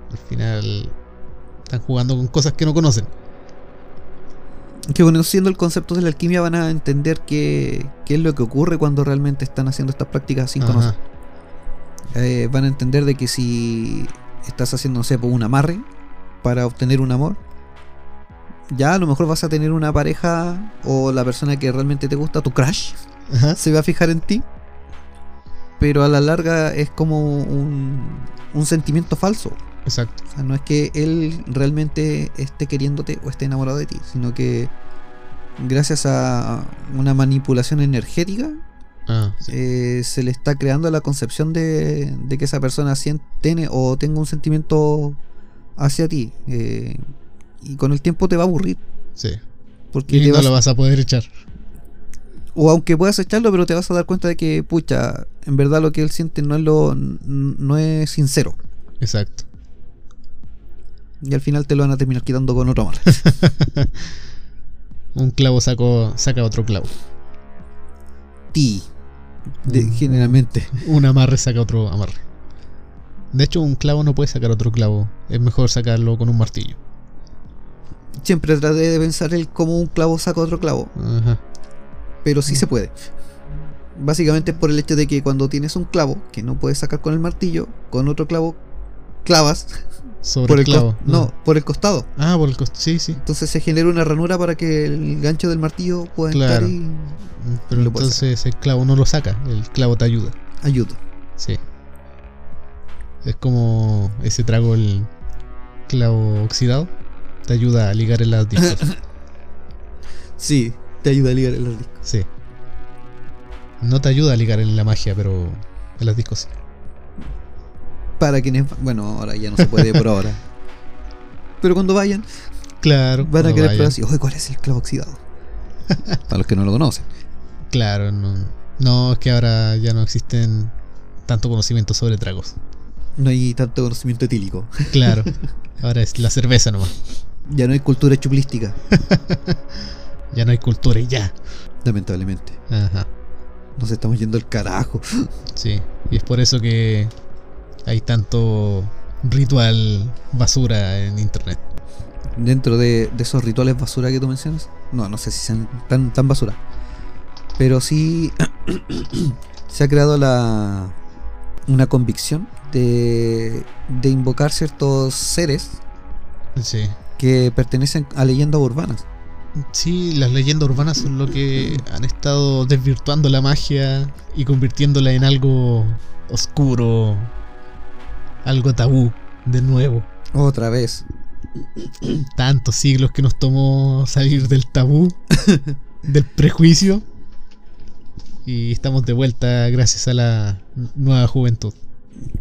Speaker 2: al final están jugando con cosas que no conocen.
Speaker 1: Que conociendo el concepto de la alquimia van a entender qué, qué es lo que ocurre cuando realmente están haciendo estas prácticas sin
Speaker 2: Ajá.
Speaker 1: conocer. Eh, van a entender de que si estás haciendo, no sé, pues, un amarre para obtener un amor, ya a lo mejor vas a tener una pareja o la persona que realmente te gusta, tu crush,
Speaker 2: Ajá.
Speaker 1: se va a fijar en ti. Pero a la larga es como un, un sentimiento falso.
Speaker 2: Exacto.
Speaker 1: O sea, no es que él realmente esté queriéndote o esté enamorado de ti, sino que gracias a una manipulación energética
Speaker 2: Ah, sí.
Speaker 1: eh, se le está creando la concepción de, de que esa persona sien- tiene o tenga un sentimiento hacia ti. eh, y con el tiempo te va a aburrir.
Speaker 2: sí.
Speaker 1: Porque
Speaker 2: Y
Speaker 1: te
Speaker 2: no
Speaker 1: vas-
Speaker 2: lo vas a poder echar.
Speaker 1: o aunque puedas echarlo, pero te vas a dar cuenta de que, pucha, en verdad lo que él siente no es, lo, n- no es sincero.
Speaker 2: Exacto.
Speaker 1: Y al final te lo van a terminar quitando con otro amor.
Speaker 2: Un clavo saco, saca otro clavo.
Speaker 1: ti. de-
Speaker 2: Mm.
Speaker 1: generalmente.
Speaker 2: Un amarre saca otro amarre. De hecho, un clavo no puede sacar otro clavo. Es mejor sacarlo con un martillo.
Speaker 1: Siempre traté de pensar el cómo un clavo saca otro clavo,
Speaker 2: Ajá.
Speaker 1: pero sí se puede. Básicamente es por el hecho de que cuando tienes un clavo que no puedes sacar con el martillo, con otro clavo clavas
Speaker 2: Sobre
Speaker 1: por el
Speaker 2: el clavo.
Speaker 1: cos- no, por el costado.
Speaker 2: Ah, por el costo. Sí, sí.
Speaker 1: Entonces se genera una ranura para que el gancho del martillo pueda
Speaker 2: Claro.
Speaker 1: entrar y
Speaker 2: Mm, Pero
Speaker 1: Lo puede
Speaker 2: entonces el clavo no lo saca. El clavo te ayuda.
Speaker 1: ayuda.
Speaker 2: Sí. Es como ese trago, el clavo oxidado. Te ayuda a ligar el discos.
Speaker 1: Sí, te ayuda a ligar el disco.
Speaker 2: sí. No te ayuda a ligar en la magia, pero en las discos sí.
Speaker 1: Para quienes, bueno, ahora ya no se puede por ahora. Pero cuando vayan,
Speaker 2: Claro.
Speaker 1: van a
Speaker 2: no
Speaker 1: querer
Speaker 2: vayan.
Speaker 1: probar así, "Oye, ¿cuál es el clavo oxidado?" Para los que no lo conocen.
Speaker 2: Claro, no. No, es que ahora ya no existen tanto conocimiento sobre tragos.
Speaker 1: No hay tanto conocimiento etílico.
Speaker 2: Claro. ahora es la cerveza nomás.
Speaker 1: Ya no hay cultura chuplística,
Speaker 2: Ya no hay cultura y ya.
Speaker 1: lamentablemente.
Speaker 2: Ajá.
Speaker 1: Nos estamos yendo al carajo.
Speaker 2: Sí. Y es por eso que hay tanto ritual basura en internet.
Speaker 1: Dentro de, de esos rituales basura que tú mencionas. No, no sé si sean tan, tan basura. Pero sí se ha creado la una convicción de, de invocar ciertos seres
Speaker 2: Sí.
Speaker 1: que pertenecen a leyendas urbanas.
Speaker 2: Sí, las leyendas urbanas son lo que han estado desvirtuando la magia y convirtiéndola en algo oscuro, algo tabú, de nuevo.
Speaker 1: Otra vez.
Speaker 2: tantos siglos que nos tomó salir del tabú, del prejuicio. Y estamos de vuelta gracias a la nueva juventud.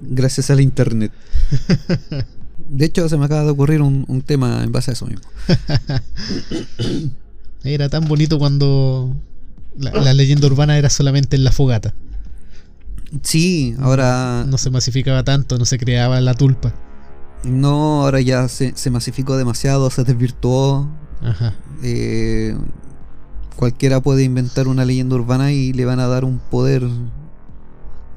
Speaker 1: Gracias al internet. De hecho, se me acaba de ocurrir un, un tema en base a eso mismo.
Speaker 2: Era tan bonito cuando la, la leyenda urbana era solamente en la fogata.
Speaker 1: Sí, ahora
Speaker 2: No se masificaba tanto, no se creaba la tulpa.
Speaker 1: No, ahora ya se, se masificó demasiado, se desvirtuó.
Speaker 2: Ajá.
Speaker 1: eh, cualquiera puede inventar una leyenda urbana y le van a dar un poder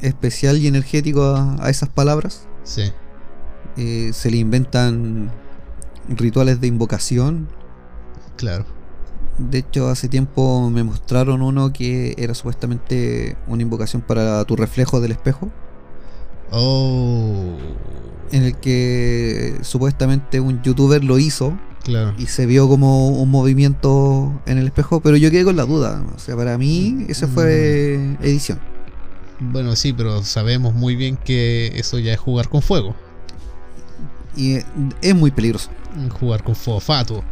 Speaker 1: especial y energético a, a esas palabras.
Speaker 2: Sí.
Speaker 1: Eh, se le inventan rituales de invocación.
Speaker 2: Claro.
Speaker 1: De hecho, hace tiempo me mostraron uno que era supuestamente una invocación para tu reflejo del espejo.
Speaker 2: Oh.
Speaker 1: en el que supuestamente un youtuber lo hizo
Speaker 2: Claro.
Speaker 1: y se vio como un movimiento en el espejo, pero yo quedé con la duda. O sea, para mí ese fue edición.
Speaker 2: Bueno, sí, pero sabemos muy bien que eso ya es jugar con fuego.
Speaker 1: Y eh, es muy peligroso.
Speaker 2: Jugar con fuego fatuo.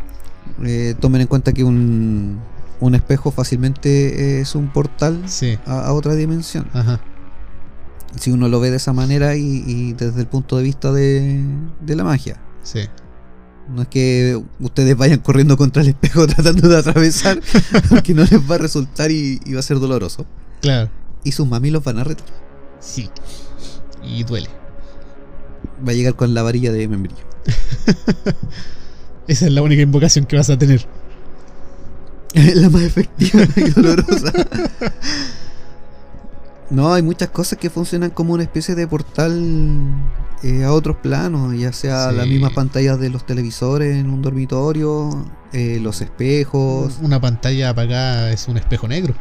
Speaker 1: Eh, tomen en cuenta que un, un espejo fácilmente es un portal
Speaker 2: Sí.
Speaker 1: a, a otra dimensión.
Speaker 2: Ajá.
Speaker 1: Si uno lo ve de esa manera y, y desde el punto de vista de, de la magia.
Speaker 2: Sí.
Speaker 1: No es que ustedes vayan corriendo contra el espejo tratando de atravesar, porque no les va a resultar y, y va a ser doloroso.
Speaker 2: Claro.
Speaker 1: Y sus mamilos van a retar.
Speaker 2: Sí. Y duele.
Speaker 1: Va a llegar con la varilla de membrillo.
Speaker 2: Esa es la única invocación que vas a tener.
Speaker 1: la más efectiva y dolorosa. No, hay muchas cosas que funcionan como una especie de portal eh, a otros planos, ya sea
Speaker 2: Sí.
Speaker 1: las mismas pantallas de los televisores en un dormitorio, eh, los espejos,
Speaker 2: Una pantalla apagada es un espejo negro.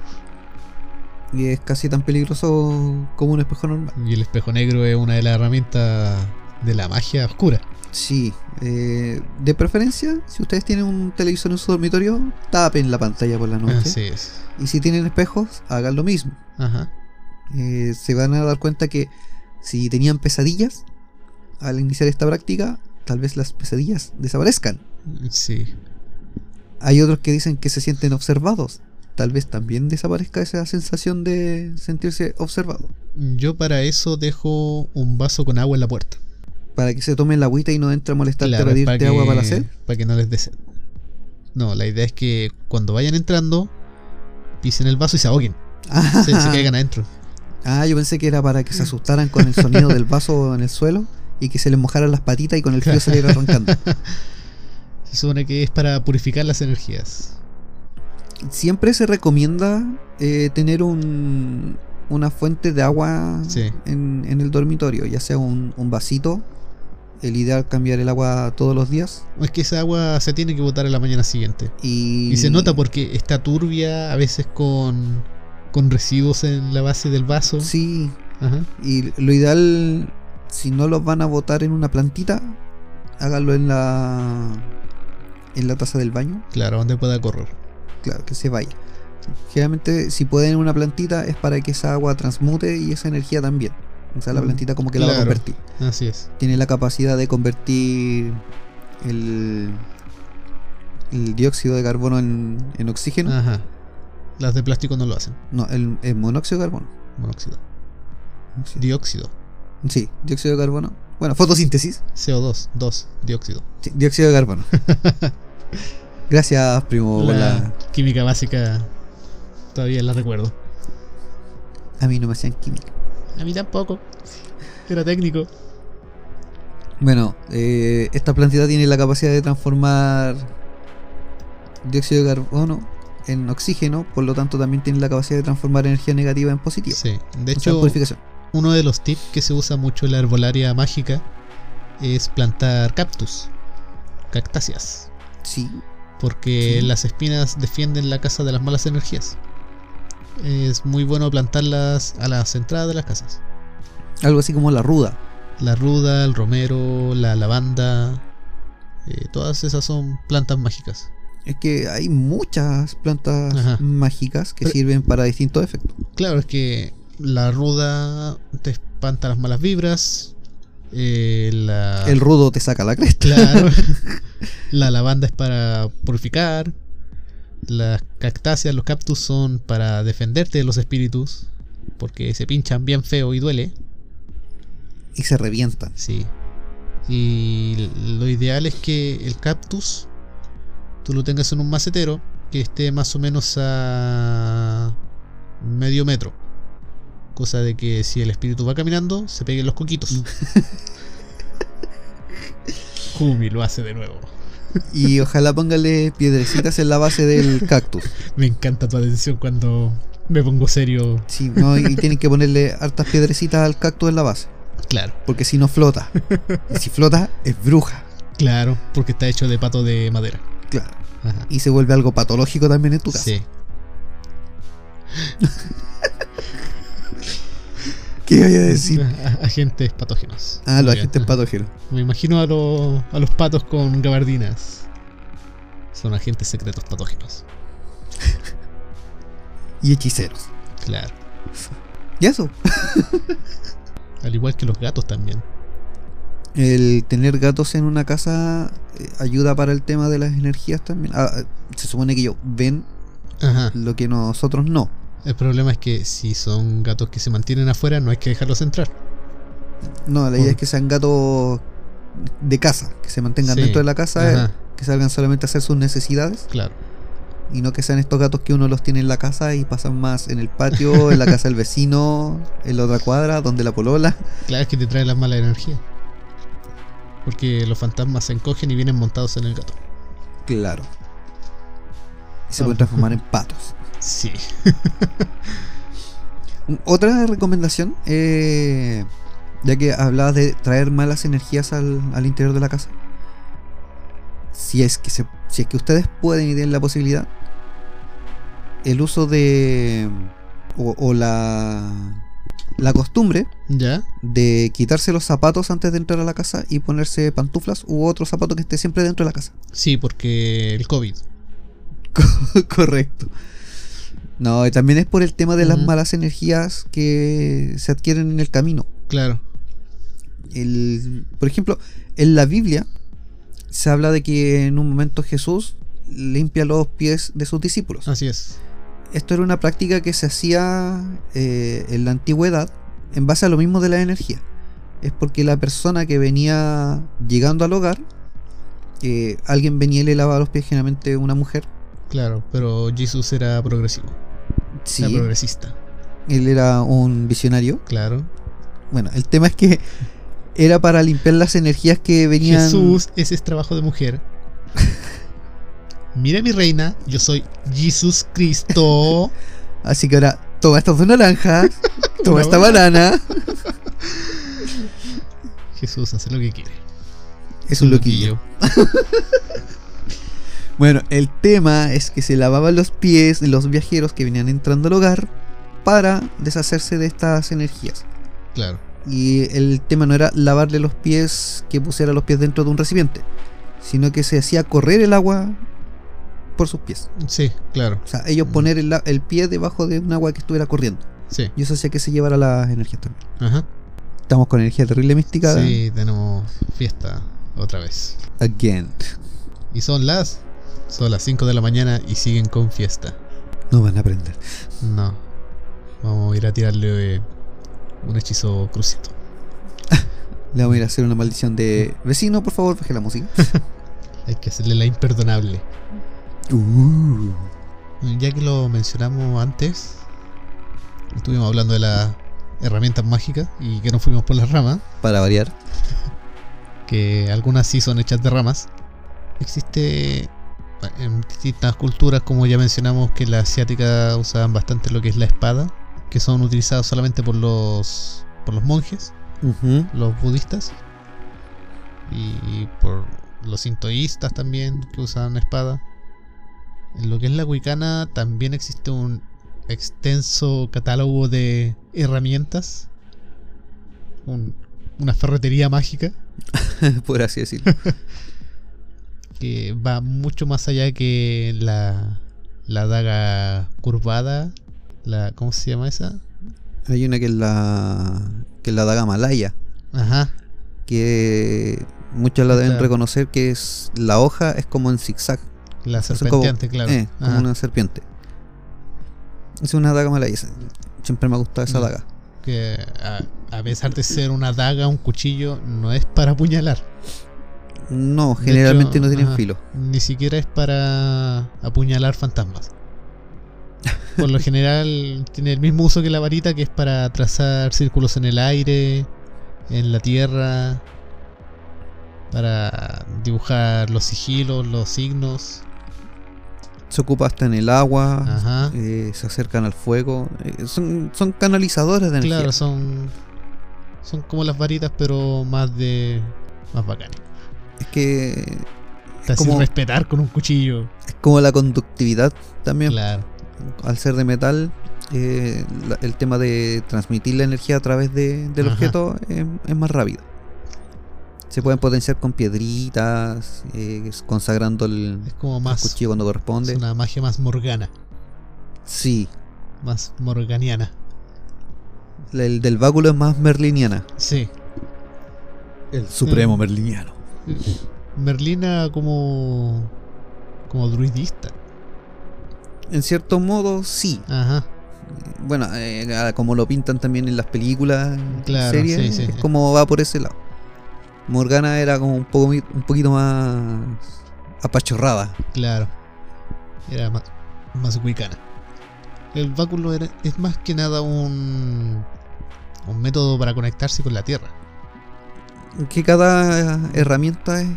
Speaker 1: y es casi tan peligroso como un espejo normal.
Speaker 2: Y el espejo negro es una de las herramientas de la magia oscura.
Speaker 1: Sí, eh, de preferencia, si ustedes tienen un televisor en su dormitorio, tapen la pantalla por la noche.
Speaker 2: Así es.
Speaker 1: Y si tienen espejos, hagan lo mismo.
Speaker 2: Ajá.
Speaker 1: eh, se van a dar cuenta que si tenían pesadillas al iniciar esta práctica, tal vez las pesadillas desaparezcan.
Speaker 2: Sí.
Speaker 1: Hay otros que dicen que se sienten observados. Tal vez también desaparezca esa sensación de sentirse observado.
Speaker 2: Yo para eso dejo un vaso con agua en la puerta.
Speaker 1: Para que se tomen la agüita y no entre a molestarte
Speaker 2: Claro,
Speaker 1: a pedirte
Speaker 2: que-
Speaker 1: agua para la sed.
Speaker 2: Para que no les dé sed. No, la idea es que cuando vayan entrando, pisen el vaso y se ahoguen.
Speaker 1: Ah,
Speaker 2: Se, se caigan adentro.
Speaker 1: ah, yo pensé que era para que se asustaran con el sonido del vaso en el suelo y que se les mojaran las patitas y con el frío se les iba arrancando.
Speaker 2: Se supone que es para purificar las energías.
Speaker 1: Siempre se recomienda eh, tener un, una fuente de agua
Speaker 2: Sí.
Speaker 1: en, en el dormitorio, ya sea un, un vasito, el ideal cambiar el agua todos los días.
Speaker 2: Es que esa agua se tiene que botar a la mañana siguiente.
Speaker 1: Y,
Speaker 2: Y se nota pues. porque está turbia, a veces con, con residuos en la base del vaso.
Speaker 1: Sí,
Speaker 2: Ajá.
Speaker 1: y lo ideal, si no los van a botar en una plantita, háganlo en la, en la taza del baño,
Speaker 2: Claro, donde pueda correr.
Speaker 1: claro, que se vaya. Generalmente, si pueden en una plantita, es para que esa agua transmute y esa energía también. O sea, la
Speaker 2: Mm,
Speaker 1: plantita como que la va a
Speaker 2: claro.
Speaker 1: convertir.
Speaker 2: Así es.
Speaker 1: tiene la capacidad de convertir el, el dióxido de carbono en, en oxígeno.
Speaker 2: Ajá. Las de plástico no lo hacen.
Speaker 1: No, el, el monóxido de carbono.
Speaker 2: Monóxido.
Speaker 1: Oxi-
Speaker 2: Dióxido.
Speaker 1: Sí, dióxido de carbono. Bueno, fotosíntesis.
Speaker 2: CO2. 2. Dióxido.
Speaker 1: Sí, dióxido de carbono. Gracias, primo. por
Speaker 2: la
Speaker 1: la-
Speaker 2: química básica todavía la recuerdo.
Speaker 1: A mí no me hacían química.
Speaker 2: A mí tampoco. Era técnico.
Speaker 1: Bueno, eh, esta plantita tiene la capacidad de transformar dióxido de carbono en oxígeno, por lo tanto también tiene la capacidad de transformar energía negativa en positiva.
Speaker 2: Sí. De
Speaker 1: O sea,
Speaker 2: hecho,
Speaker 1: purificación.
Speaker 2: uno de los tips que se usa mucho en la herbolaria mágica es plantar cactus. Cactáceas.
Speaker 1: Sí,
Speaker 2: Porque
Speaker 1: Sí.
Speaker 2: las espinas defienden la casa de las malas energías. Es muy bueno plantarlas a las entradas de las casas.
Speaker 1: algo así como la ruda.
Speaker 2: La ruda, el romero, la lavanda. eh, todas esas son plantas mágicas.
Speaker 1: Es que hay muchas plantas
Speaker 2: Ajá.
Speaker 1: mágicas que
Speaker 2: Pero-
Speaker 1: sirven para distintos efectos.
Speaker 2: Claro, es que la ruda te espanta las malas vibras. eh, la,
Speaker 1: El rudo te saca la cresta.
Speaker 2: claro, la lavanda es para purificar. Las cactáceas, los cactus son para defenderte de los espíritus. Porque se pinchan bien feo y duele.
Speaker 1: Y se revientan.
Speaker 2: Sí. Y lo ideal es que el cactus tú lo tengas en un macetero que esté más o menos a medio metro. Cosa de que si el espíritu va caminando, se peguen los coquitos. Jumi lo hace de nuevo.
Speaker 1: Y ojalá póngale piedrecitas en la base del cactus.
Speaker 2: Me encanta tu atención cuando me pongo serio.
Speaker 1: Sí, ¿no? Y tienen que ponerle hartas piedrecitas al cactus en la base.
Speaker 2: Claro,
Speaker 1: Porque si no flota. Y si flota, es bruja.
Speaker 2: claro, porque está hecho de pato de madera.
Speaker 1: Claro.
Speaker 2: Ajá.
Speaker 1: Y se vuelve algo patológico también en tu casa.
Speaker 2: Sí.
Speaker 1: ¿Qué voy a decir?
Speaker 2: A- agentes patógenos.
Speaker 1: Ah, los
Speaker 2: Muy bien.
Speaker 1: agentes patógenos.
Speaker 2: Me imagino a, los a los patos con gabardinas. Son agentes secretos patógenos.
Speaker 1: Y hechiceros.
Speaker 2: Claro.
Speaker 1: Y eso.
Speaker 2: Al igual que los gatos también.
Speaker 1: El tener gatos en una casa eh, ayuda para el tema de las energías también. Ah, se supone que ellos ven
Speaker 2: Ajá.
Speaker 1: lo que nosotros no.
Speaker 2: El problema es que si son gatos que se mantienen afuera, no hay que dejarlos entrar.
Speaker 1: No, la
Speaker 2: Mm.
Speaker 1: idea es que sean gatos de casa, que se mantengan
Speaker 2: Sí.
Speaker 1: dentro de la casa, eh,
Speaker 2: Ajá,
Speaker 1: que salgan solamente a hacer sus necesidades
Speaker 2: claro.
Speaker 1: y no que sean estos gatos que uno los tiene en la casa y pasan más en el patio, en la casa del vecino, en la otra cuadra, donde la polola.
Speaker 2: Claro es que te trae la mala energía. Porque los fantasmas se encogen y vienen montados en el gato.
Speaker 1: Claro. Y se
Speaker 2: Ah.
Speaker 1: pueden transformar en patos.
Speaker 2: Sí.
Speaker 1: Otra recomendación, eh, ya que hablabas de traer malas energías al, al interior de la casa. Si es, que se- si es que ustedes pueden y tienen la posibilidad, el uso de. o, o la. la costumbre
Speaker 2: ¿Ya?
Speaker 1: de quitarse los zapatos antes de entrar a la casa y ponerse pantuflas u otro zapato que esté siempre dentro de la casa.
Speaker 2: Sí, porque el COVID.
Speaker 1: Correcto. No, y también es por el tema de las
Speaker 2: Ujú.
Speaker 1: malas energías que se adquieren en el camino.
Speaker 2: Claro.
Speaker 1: El- por ejemplo, en la Biblia se habla de que en un momento Jesús limpia los pies de sus discípulos.
Speaker 2: Así es.
Speaker 1: Esto era una práctica que se hacía eh, en la antigüedad en base a lo mismo de la energía. Es porque la persona que venía llegando al hogar, eh, alguien venía y le lavaba los pies, generalmente una mujer.
Speaker 2: Claro, pero Jesús era progresivo.
Speaker 1: Sí,
Speaker 2: Era progresista.
Speaker 1: él era un visionario.
Speaker 2: Claro.
Speaker 1: Bueno, el tema es que era para limpiar las energías que venían.
Speaker 2: Jesús, ese es trabajo de mujer. Mira mi reina, yo soy Jesús Cristo.
Speaker 1: Así que ahora, toma estas dos naranjas, toma
Speaker 2: Una
Speaker 1: esta banana.
Speaker 2: Jesús hace lo que quiere.
Speaker 1: Es un loquillo. Bueno, el tema es que se lavaban los pies de los viajeros que venían entrando al hogar para deshacerse de estas energías.
Speaker 2: Claro.
Speaker 1: Y el tema no era lavarle los pies que pusiera los pies dentro de un recipiente, sino que se hacía correr el agua por sus pies.
Speaker 2: Sí, claro.
Speaker 1: O sea, ellos
Speaker 2: Mm.
Speaker 1: poner el, la- el pie debajo de un agua que estuviera corriendo.
Speaker 2: Sí.
Speaker 1: Y eso hacía que se llevara las energías también.
Speaker 2: Ajá.
Speaker 1: Estamos con energía terrible mística.
Speaker 2: Sí, tenemos fiesta otra vez.
Speaker 1: Again.
Speaker 2: Y son las. Son las 5 de la mañana y siguen con fiesta.
Speaker 1: No van a aprender.
Speaker 2: No. Vamos a ir a tirarle eh, un hechizo crucito.
Speaker 1: Le voy a ir a hacer una maldición de vecino, por favor, baje la música.
Speaker 2: Hay que hacerle la imperdonable.
Speaker 1: Uh.
Speaker 2: Ya que lo mencionamos antes, estuvimos hablando de las herramientas mágicas y que nos fuimos por las ramas,
Speaker 1: Para variar.
Speaker 2: que algunas sí son hechas de ramas. Existe bueno, en distintas culturas, como ya mencionamos, que las asiáticas usaban bastante lo que es la espada, que son utilizadas solamente por los, por los monjes,
Speaker 1: Ujú.
Speaker 2: los budistas, y por los sintoístas también, que usan espada. En lo que es la wicana también existe un extenso catálogo de herramientas. Un- una ferretería mágica
Speaker 1: por así decirlo.
Speaker 2: que va mucho más allá que la, la daga curvada. La, ¿Cómo se llama esa?
Speaker 1: Hay una que es la que es la daga malaya,
Speaker 2: Ajá,
Speaker 1: que muchos la deben
Speaker 2: Claro.
Speaker 1: reconocer que es la hoja es como en zigzag,
Speaker 2: la
Speaker 1: sea, como-
Speaker 2: serpenteante, claro.
Speaker 1: eh, como
Speaker 2: Ajá.
Speaker 1: una serpiente. Es una daga malaya. esa- Siempre me ha gustado esa
Speaker 2: Mm.
Speaker 1: daga.
Speaker 2: Que a, a pesar de ser una daga, un cuchillo, no es para apuñalar.
Speaker 1: No,
Speaker 2: De
Speaker 1: generalmente
Speaker 2: hecho,
Speaker 1: no tienen
Speaker 2: ajá.
Speaker 1: filo.
Speaker 2: Ni siquiera es para apuñalar fantasmas. Por lo general tiene el mismo uso que la varita, que es para trazar círculos en el aire, en la tierra, para dibujar los sigilos, los signos.
Speaker 1: Se ocupa hasta en el agua,
Speaker 2: Ajá.
Speaker 1: eh, se acercan al fuego. eh, son, son canalizadores de energía.
Speaker 2: Claro, son son como las varitas, pero más de más bacanas.
Speaker 1: Es que
Speaker 2: Te hacen
Speaker 1: como-
Speaker 2: respetar con un cuchillo.
Speaker 1: es como la conductividad también.
Speaker 2: Claro.
Speaker 1: al ser de metal, eh, la- el tema de transmitir la energía a través de- del
Speaker 2: Ajá.
Speaker 1: objeto es, es más rápido. Se pueden potenciar con piedritas, eh, consagrando el,
Speaker 2: Es como
Speaker 1: el
Speaker 2: más.
Speaker 1: cuchillo cuando
Speaker 2: Es
Speaker 1: corresponde.
Speaker 2: una magia más morgana.
Speaker 1: Sí,
Speaker 2: Más morganiana.
Speaker 1: la- el del báculo es más merliniana. Mm.
Speaker 2: Sí.
Speaker 3: El
Speaker 2: supremo
Speaker 3: merliniano.
Speaker 2: Eh, Merlina como. como druidista.
Speaker 1: En cierto modo, sí.
Speaker 2: Ajá.
Speaker 1: Bueno, eh, a- como lo pintan también en las películas,
Speaker 2: Claro,
Speaker 1: series,
Speaker 2: sí, sí,
Speaker 1: es
Speaker 2: sí.
Speaker 1: como va por ese lado. Morgana era como un, poco, mi- un poquito más apachorrada.
Speaker 2: Claro. Era más, más wicana. El báculo era- es más que nada un. un método para conectarse con la tierra.
Speaker 1: Que cada herramienta es-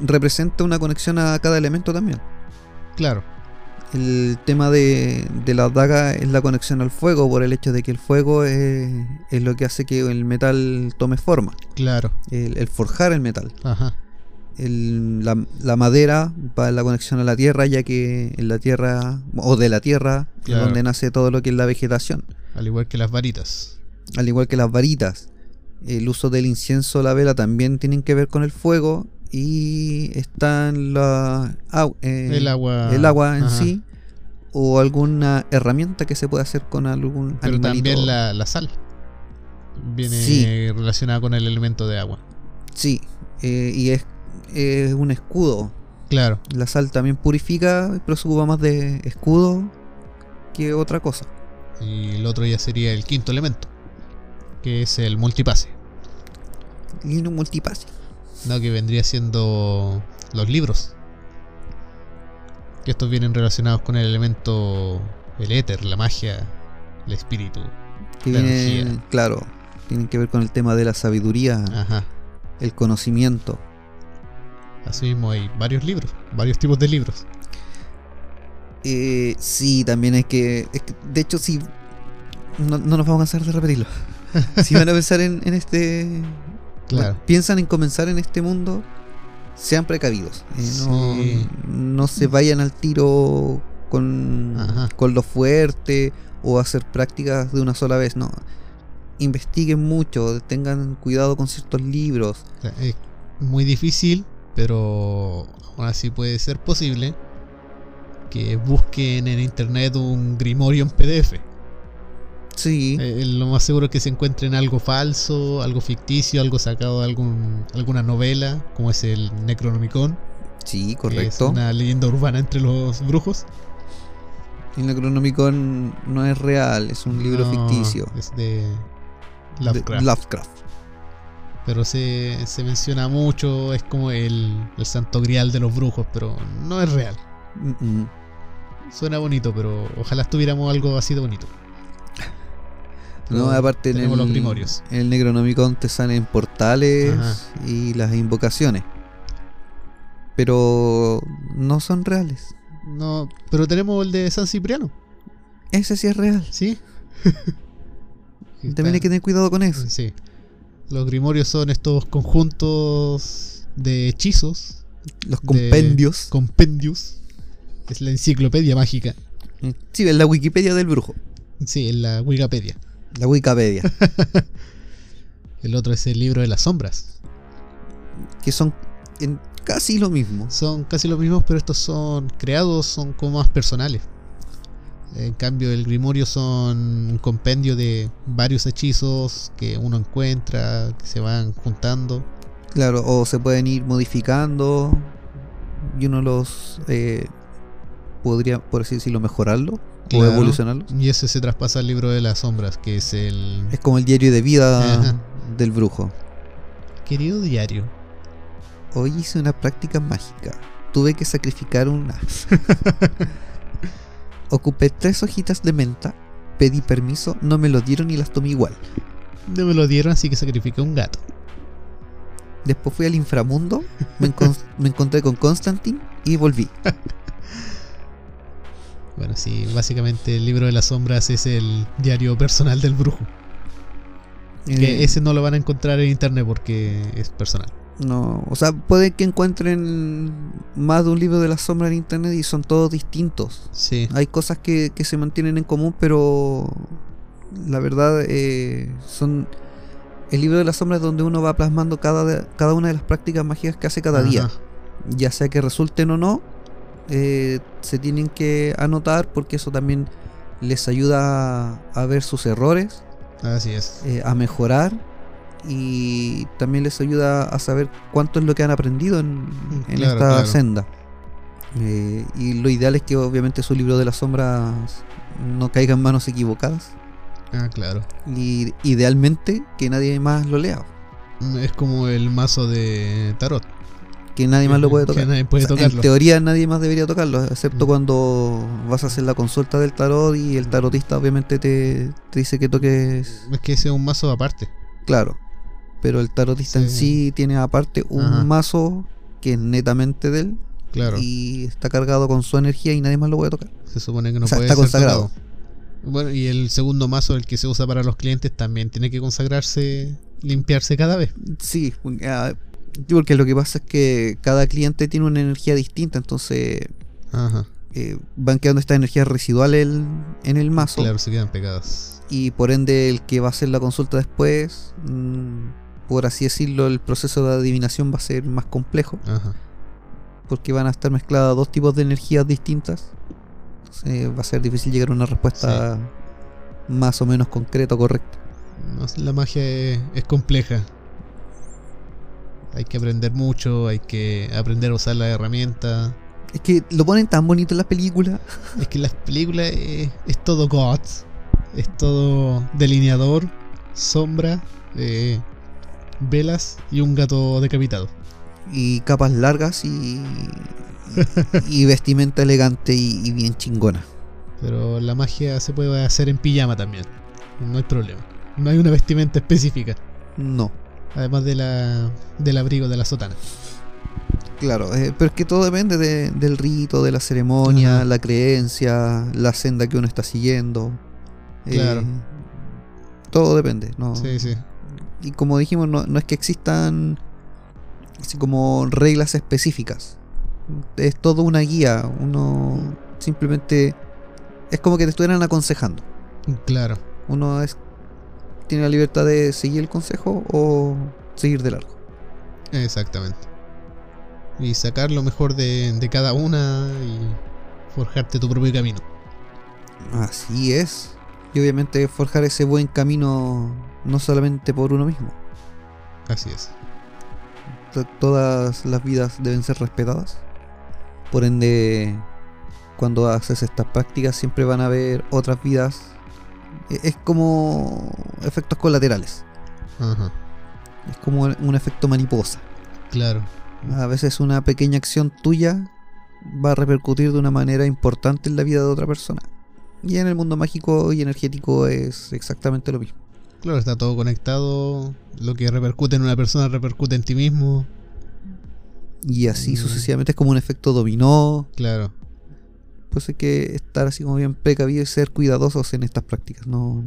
Speaker 1: representa una conexión a cada elemento también.
Speaker 2: Claro.
Speaker 1: El tema de, de la daga es la conexión al fuego, por el hecho de que el fuego es, es lo que hace que el metal tome forma,
Speaker 2: Claro.
Speaker 1: el, el forjar el metal.
Speaker 2: Ajá.
Speaker 1: El- la, la madera va en la conexión a la tierra, ya que en la tierra, o de la tierra, es
Speaker 2: Claro.
Speaker 1: donde nace todo lo que es la vegetación,
Speaker 2: Al igual que las varitas.
Speaker 1: al igual que las varitas. El uso del incienso, la vela también tienen que ver con el fuego y están la, au- eh,
Speaker 2: el agua.
Speaker 1: el agua en
Speaker 2: Ajá.
Speaker 1: sí o alguna herramienta que se puede hacer con algún
Speaker 2: Pero
Speaker 1: animalito.
Speaker 2: también la, la sal. Viene
Speaker 1: Sí.
Speaker 2: relacionada con el elemento de agua.
Speaker 1: Sí, eh, y es, es un escudo.
Speaker 2: Claro,
Speaker 1: La sal también purifica, pero se ocupa más de escudo que otra cosa.
Speaker 2: y el otro ya sería el quinto elemento, que es el multipase,
Speaker 1: Y un multipase.
Speaker 2: ¿no? que vendría siendo los libros. Que estos vienen relacionados con el elemento, el éter, la magia, el espíritu.
Speaker 1: Que
Speaker 2: La
Speaker 1: viene-
Speaker 2: energía. Ah.
Speaker 1: claro, tienen que ver con el tema de la sabiduría,
Speaker 2: Ajá.
Speaker 1: el conocimiento.
Speaker 2: Asimismo hay varios libros, varios tipos de libros.
Speaker 1: Eh, sí, también es que, es que- De hecho, sí. No, no nos vamos a cansar de repetirlo. si van a pensar en, en este.
Speaker 2: Claro.
Speaker 1: Piensan en comenzar en este mundo, sean precavidos. Eh, no,
Speaker 2: Sí.
Speaker 1: no se vayan al tiro con,
Speaker 2: Ajá.
Speaker 1: con lo fuerte o hacer prácticas de una sola vez, no. Investiguen mucho, tengan cuidado con ciertos libros.
Speaker 2: O sea, es muy difícil, pero aún así puede ser posible que busquen en internet un grimorio en PDF.
Speaker 1: Sí,
Speaker 2: Eh, lo más seguro es que se encuentren algo falso, algo ficticio, algo sacado de algún, alguna novela, como es el Necronomicon.
Speaker 1: sí,
Speaker 2: que
Speaker 1: correcto.
Speaker 2: Es una leyenda urbana entre los brujos.
Speaker 1: El Necronomicon no es real, es un libro
Speaker 2: No,
Speaker 1: ficticio.
Speaker 2: Es de
Speaker 1: de
Speaker 2: Lovecraft.
Speaker 1: Lovecraft.
Speaker 2: pero se, se menciona mucho, es como el, el santo grial de los brujos, pero no es real.
Speaker 1: Mm, mm.
Speaker 2: Suena bonito, pero ojalá tuviéramos algo así de bonito.
Speaker 1: No, aparte en el,
Speaker 2: tenemos los grimorios.
Speaker 1: en el Necronomicon te salen portales
Speaker 2: Ajá.
Speaker 1: y las invocaciones. Pero no son reales.
Speaker 2: No, pero tenemos el de San Cipriano,
Speaker 1: Ese sí es real.
Speaker 2: ¿sí?
Speaker 1: También hay que tener cuidado con eso.
Speaker 2: Sí. Los grimorios son estos conjuntos de hechizos,
Speaker 1: Los
Speaker 2: de-
Speaker 1: compendios.
Speaker 2: compendios. Es la enciclopedia mágica.
Speaker 1: Sí, es la Wikipedia del brujo.
Speaker 2: Sí, en la Wikipedia.
Speaker 1: La Wikipedia.
Speaker 2: El otro es el libro de las sombras.
Speaker 1: que son en- casi lo mismo.
Speaker 2: Son casi los mismos, pero estos son creados, son como más personales. En cambio, el grimorio son un compendio de varios hechizos que uno encuentra, que se van juntando.
Speaker 1: Claro, o se pueden ir modificando y uno los eh, podría, por así decirlo, mejorarlo
Speaker 2: Claro.
Speaker 1: o evolucionarlos.
Speaker 2: Y ese se traspasa al libro de las sombras, que es el
Speaker 1: Es como el diario de vida
Speaker 2: Ajá.
Speaker 1: del brujo.
Speaker 2: querido diario.
Speaker 1: Hoy hice una práctica mágica. Tuve que sacrificar una. Ocupé tres hojitas de menta, pedí permiso, no me lo dieron y las tomé igual.
Speaker 2: No me lo dieron, así que sacrifiqué un gato.
Speaker 1: Después fui al inframundo, me, encon- me encontré con Constantine y volví.
Speaker 2: Bueno, sí, básicamente el libro de las sombras es el diario personal del brujo. Que
Speaker 1: Eh,
Speaker 2: ese no lo van a encontrar en internet porque es personal.
Speaker 1: No, o sea, puede que encuentren más de un libro de la sombra en internet y son todos distintos.
Speaker 2: Sí,
Speaker 1: Hay cosas que, que se mantienen en común, pero la verdad eh, son El libro de las sombras es donde uno va plasmando cada, de- cada una de las prácticas mágicas que hace cada día.
Speaker 2: Ajá.
Speaker 1: Ya sea que resulten o no, eh, se tienen que anotar porque eso también les ayuda a- a ver sus errores
Speaker 2: Así es.
Speaker 1: eh, a mejorar y también les ayuda a saber cuánto es lo que han aprendido en, en
Speaker 2: Mm, claro,
Speaker 1: esta
Speaker 2: claro.
Speaker 1: senda. Eh, y lo ideal es que obviamente su libro de las sombras no caiga en manos equivocadas
Speaker 2: Ah, claro.
Speaker 1: y idealmente que nadie más lo lea,
Speaker 2: Es como el mazo de tarot.
Speaker 1: que nadie más lo puede tocar.
Speaker 2: Que nadie puede
Speaker 1: O sea,
Speaker 2: tocarlo.
Speaker 1: En teoría nadie más debería tocarlo, excepto
Speaker 2: Mm.
Speaker 1: cuando vas a hacer la consulta del tarot y el tarotista obviamente te, te dice que toques
Speaker 2: Es que ese es un mazo aparte.
Speaker 1: Claro. Pero el tarotista en
Speaker 2: Sí.
Speaker 1: sí tiene aparte un
Speaker 2: Ajá.
Speaker 1: mazo que es netamente de él
Speaker 2: Claro.
Speaker 1: y está cargado con su energía y nadie más lo puede tocar.
Speaker 2: Se supone que no
Speaker 1: o sea,
Speaker 2: puede
Speaker 1: está
Speaker 2: ser
Speaker 1: consagrado.
Speaker 2: tocado. Bueno, y el segundo mazo, el que se usa para los clientes, también tiene que consagrarse, limpiarse cada vez.
Speaker 1: Sí, ah, porque lo que pasa es que cada cliente tiene una energía distinta, entonces
Speaker 2: Ajá.
Speaker 1: eh, van quedando estas energías residuales en- en el mazo
Speaker 2: Claro, se quedan pegadas.
Speaker 1: y por ende el que va a hacer la consulta después, mm, por así decirlo, el proceso de adivinación va a ser más complejo.
Speaker 2: Ajá.
Speaker 1: porque van a estar mezcladas dos tipos de energías distintas. Se- va a ser difícil llegar a una respuesta más o menos concreta o correcta.
Speaker 2: No, La magia es, es compleja. Hay que aprender mucho, hay que aprender a usar la herramienta.
Speaker 1: Es que lo ponen tan bonito en las películas.
Speaker 2: Es que las películas es, es todo gods, es todo delineador, sombra, eh, velas y un gato decapitado.
Speaker 1: Y capas largas y, y vestimenta elegante y, y bien chingona.
Speaker 2: Pero la magia se puede hacer en pijama también. No hay problema. No hay una vestimenta específica.
Speaker 1: No,
Speaker 2: Además de la, del abrigo de la sotana.
Speaker 1: claro. eh, pero es que todo depende de- del rito, de la ceremonia,
Speaker 2: Ajá.
Speaker 1: la creencia, la senda que uno está siguiendo. eh,
Speaker 2: Claro.
Speaker 1: todo depende. No,
Speaker 2: Sí, sí.
Speaker 1: y como dijimos, no, no es que existan así como reglas específicas. Es todo una guía. Uno simplemente es como que te estuvieran aconsejando.
Speaker 2: Claro.
Speaker 1: Uno es tiene la libertad de seguir el consejo o seguir de largo.
Speaker 2: Exactamente. Y sacar lo mejor de, de cada una y forjarte tu propio camino.
Speaker 1: Así es. Y obviamente forjar ese buen camino no solamente por uno mismo.
Speaker 2: Así es.
Speaker 1: to- todas las vidas deben ser respetadas. Por ende, cuando haces estas prácticas siempre van a haber otras vidas. E- Es como efectos colaterales.
Speaker 2: Ajá.
Speaker 1: Es como un efecto mariposa.
Speaker 2: Claro.
Speaker 1: A veces una pequeña acción tuya va a repercutir de una manera importante en la vida de otra persona. Y en el mundo mágico y energético es exactamente lo mismo.
Speaker 2: Claro, está todo conectado. Lo que repercute en una persona repercute en ti mismo.
Speaker 1: Y así
Speaker 2: Mm.
Speaker 1: sucesivamente es como un efecto dominó,
Speaker 2: Claro.
Speaker 1: pues hay que estar así como bien precavido y ser cuidadosos en estas prácticas. No,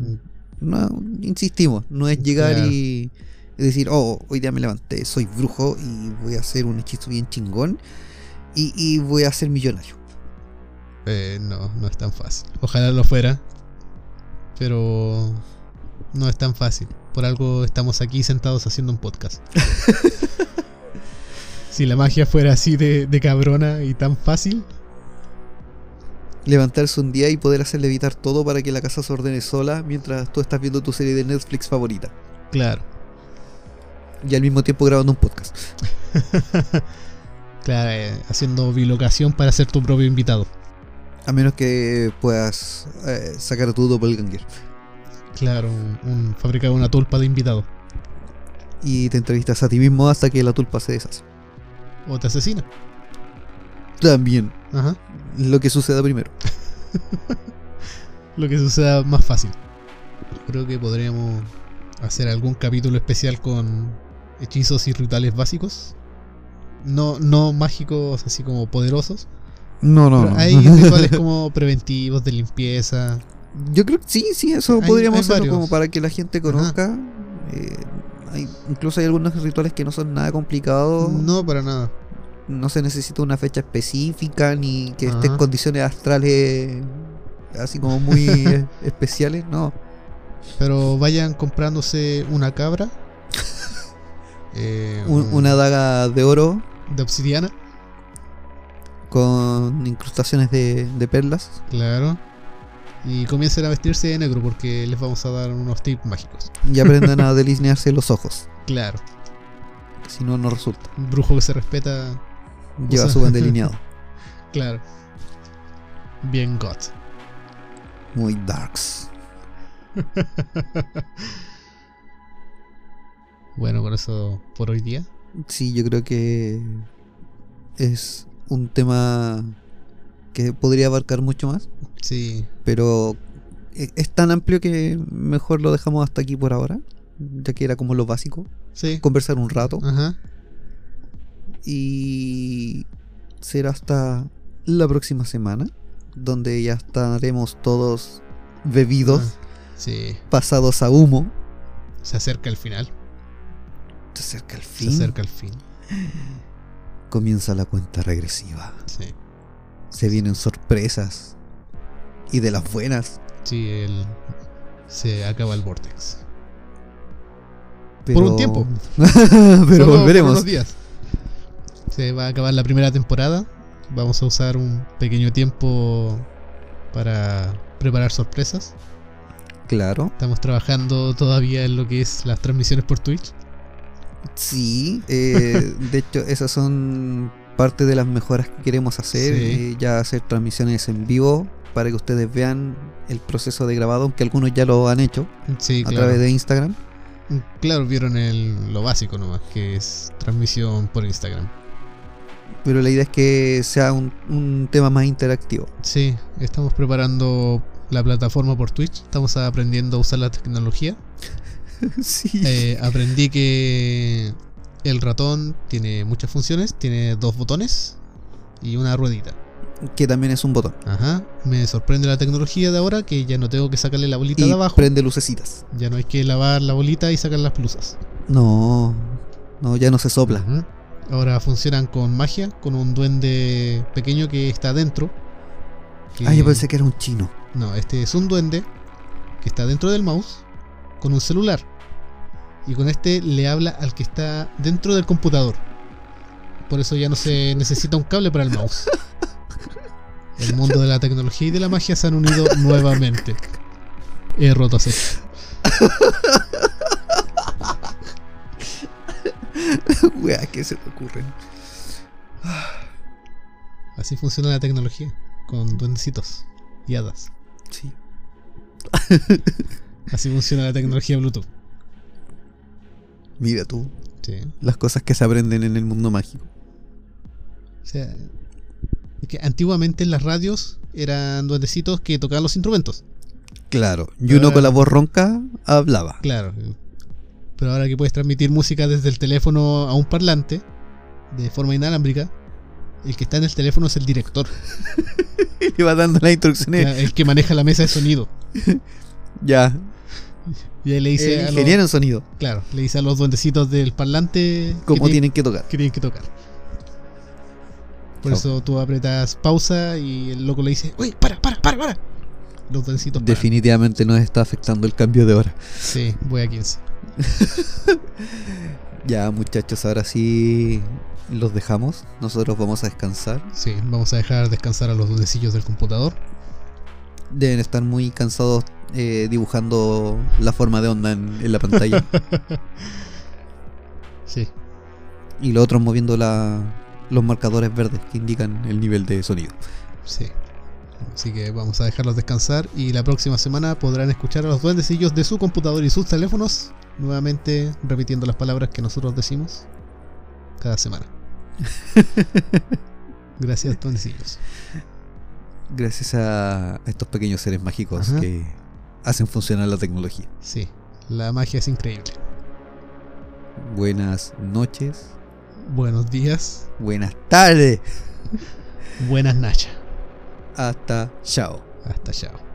Speaker 1: no insistimos, no es llegar
Speaker 2: Mm. Claro.
Speaker 1: y y decir, oh, hoy día me levanté, soy brujo y voy a hacer un hechizo bien chingón y, y voy a ser millonario.
Speaker 2: Eh, no, no es tan fácil. Ojalá lo fuera. Pero no es tan fácil. Por algo estamos aquí sentados haciendo un podcast. si la magia fuera así de, de cabrona y tan fácil.
Speaker 1: Levantarse un día y poder hacer levitar todo para que la casa se ordene sola mientras tú estás viendo tu serie de Netflix favorita
Speaker 2: Claro.
Speaker 1: y al mismo tiempo grabando un podcast.
Speaker 2: Claro, eh, haciendo bilocación para ser tu propio invitado.
Speaker 1: A menos que puedas eh, sacar a tu doppelganger
Speaker 2: Claro, un, un- fabricar una tulpa de invitado.
Speaker 1: y te entrevistas a ti mismo hasta que la tulpa se deshace.
Speaker 2: O te asesina.
Speaker 1: También
Speaker 2: Ajá.
Speaker 1: lo que suceda primero.
Speaker 2: Lo que suceda más fácil. Creo que podríamos hacer algún capítulo especial con hechizos y rituales básicos. No, no mágicos así como poderosos.
Speaker 1: No,
Speaker 2: pero hay rituales como preventivos de limpieza.
Speaker 1: Yo creo que sí, sí, eso
Speaker 2: Hay-
Speaker 1: podríamos
Speaker 2: hay
Speaker 1: hacerlo
Speaker 2: varios.
Speaker 1: como para que la gente conozca. Eh, hay- incluso hay algunos rituales que no son nada complicados. No,
Speaker 2: No, para nada.
Speaker 1: se necesita una fecha específica ni que esté en
Speaker 2: Ajá.
Speaker 1: condiciones astrales así como muy eh, especiales. No,
Speaker 2: Pero vayan comprándose una cabra eh,
Speaker 1: Un- una daga de oro
Speaker 2: de obsidiana,
Speaker 1: con incrustaciones de, de perlas.
Speaker 2: claro. Y comiencen a vestirse de negro porque les vamos a dar unos tips mágicos.
Speaker 1: Y aprendan a delinearse los ojos.
Speaker 2: Claro,
Speaker 1: Si no, no resulta.
Speaker 2: un brujo que se respeta,
Speaker 1: Lleva
Speaker 2: Usa-
Speaker 1: su buen delineado.
Speaker 2: claro. Bien got.
Speaker 1: Muy darks.
Speaker 2: Bueno, con eso por hoy día.
Speaker 1: Sí, yo creo que es un tema que podría abarcar mucho más,
Speaker 2: Sí,
Speaker 1: pero e- es tan amplio que mejor lo dejamos hasta aquí por ahora, ya que era como lo básico,
Speaker 2: sí.
Speaker 1: conversar un rato
Speaker 2: Ajá.
Speaker 1: y será hasta la próxima semana, donde ya estaremos todos bebidos,
Speaker 2: Ah. Sí,
Speaker 1: pasados a humo.
Speaker 2: se acerca el final.
Speaker 1: Se acerca el
Speaker 2: Se
Speaker 1: fin,
Speaker 2: acerca el fin.
Speaker 1: comienza la cuenta regresiva.
Speaker 2: Sí.
Speaker 1: Se vienen sorpresas y de las buenas.
Speaker 2: Sí, el- se acaba el vortex.
Speaker 1: Pero-
Speaker 2: Por un tiempo.
Speaker 1: pero
Speaker 2: Solo por
Speaker 1: volveremos.
Speaker 2: unos días. Se va a acabar la primera temporada. Vamos a usar un pequeño tiempo para preparar sorpresas.
Speaker 1: Claro.
Speaker 2: Estamos trabajando todavía en lo que es las transmisiones por Twitch.
Speaker 1: Sí. eh, de hecho, esas son parte de las mejoras que queremos hacer.
Speaker 2: Sí.
Speaker 1: eh, ya hacer transmisiones en vivo para que ustedes vean el proceso de grabado, aunque algunos ya lo han hecho
Speaker 2: Sí,
Speaker 1: a
Speaker 2: claro.
Speaker 1: través de Instagram.
Speaker 2: Claro, vieron el, lo básico nomás, que es transmisión por Instagram.
Speaker 1: Pero la idea es que sea un, un tema más interactivo.
Speaker 2: Sí, estamos preparando la plataforma por Twitch. Estamos aprendiendo a usar la tecnología.
Speaker 1: sí.
Speaker 2: Eh, aprendí que el ratón tiene muchas funciones. Tiene dos botones y una ruedita.
Speaker 1: Que también es un botón.
Speaker 2: Ajá. Me sorprende la tecnología de ahora que ya no tengo que sacarle la bolita
Speaker 1: Y
Speaker 2: de abajo.
Speaker 1: prende lucecitas.
Speaker 2: Ya no hay que lavar la bolita y sacar las blusas.
Speaker 1: No. No, ya no se sopla.
Speaker 2: Ujú. Ahora funcionan con magia, con un duende pequeño que está dentro. que-
Speaker 1: Ah, yo pensé que era un chino.
Speaker 2: No, este es un duende que está dentro del mouse con un celular. Y con este le habla al que está dentro del computador. Por eso ya no se necesita un cable para el mouse. El mundo de la tecnología y de la magia se han unido nuevamente. He roto así.
Speaker 1: Wea, ¿qué se te ocurre?
Speaker 2: Así funciona la tecnología. Con duendecitos y hadas.
Speaker 1: Sí.
Speaker 2: Así funciona la tecnología Bluetooth.
Speaker 1: Mira tú,
Speaker 2: Sí.
Speaker 1: las cosas que se aprenden en el mundo mágico.
Speaker 2: O sea, es que antiguamente en las radios eran duendecitos que tocaban los instrumentos.
Speaker 1: Claro, y uno
Speaker 2: Ah.
Speaker 1: con la voz ronca hablaba.
Speaker 2: Claro. Pero ahora que puedes transmitir música desde el teléfono a un parlante, de forma inalámbrica, el que está en el teléfono es el director,
Speaker 1: Y le va dando las instrucciones.
Speaker 2: la- el que maneja la mesa de sonido.
Speaker 1: Ya,
Speaker 2: Y ahí le dice,
Speaker 1: el
Speaker 2: a
Speaker 1: ingeniero
Speaker 2: los,
Speaker 1: en sonido.
Speaker 2: claro, le dice a los duendecitos del parlante que
Speaker 1: Cómo tienen
Speaker 2: tienen-
Speaker 1: que tocar.
Speaker 2: que tienen que tocar. Por
Speaker 1: Chao.
Speaker 2: eso tú apretas pausa y el loco le dice, uy, para, para, para, para. Los duendecitos paran.
Speaker 1: Definitivamente nos está afectando el cambio de hora.
Speaker 2: Sí, voy a 15.
Speaker 1: Ya, muchachos, ahora sí los dejamos. Nosotros vamos a descansar.
Speaker 2: Sí, vamos a dejar descansar a los duendecillos del computador.
Speaker 1: Deben estar muy cansados eh, dibujando la forma de onda en, en la pantalla.
Speaker 2: Sí,
Speaker 1: y los otros moviendo la- los marcadores verdes que indican el nivel de sonido.
Speaker 2: Sí. Así que vamos a dejarlos descansar y la próxima semana podrán escuchar a los duendecillos de su computador y sus teléfonos nuevamente repitiendo las palabras que nosotros decimos cada semana. Gracias, duendecillos.
Speaker 1: Gracias a a estos pequeños seres mágicos
Speaker 2: Ajá.
Speaker 1: que hacen funcionar la tecnología.
Speaker 2: Sí, la magia es increíble.
Speaker 1: Buenas noches,
Speaker 2: Buenos días,
Speaker 1: buenas tardes,
Speaker 2: buenas nachas.
Speaker 1: hasta chao.
Speaker 2: Hasta chao.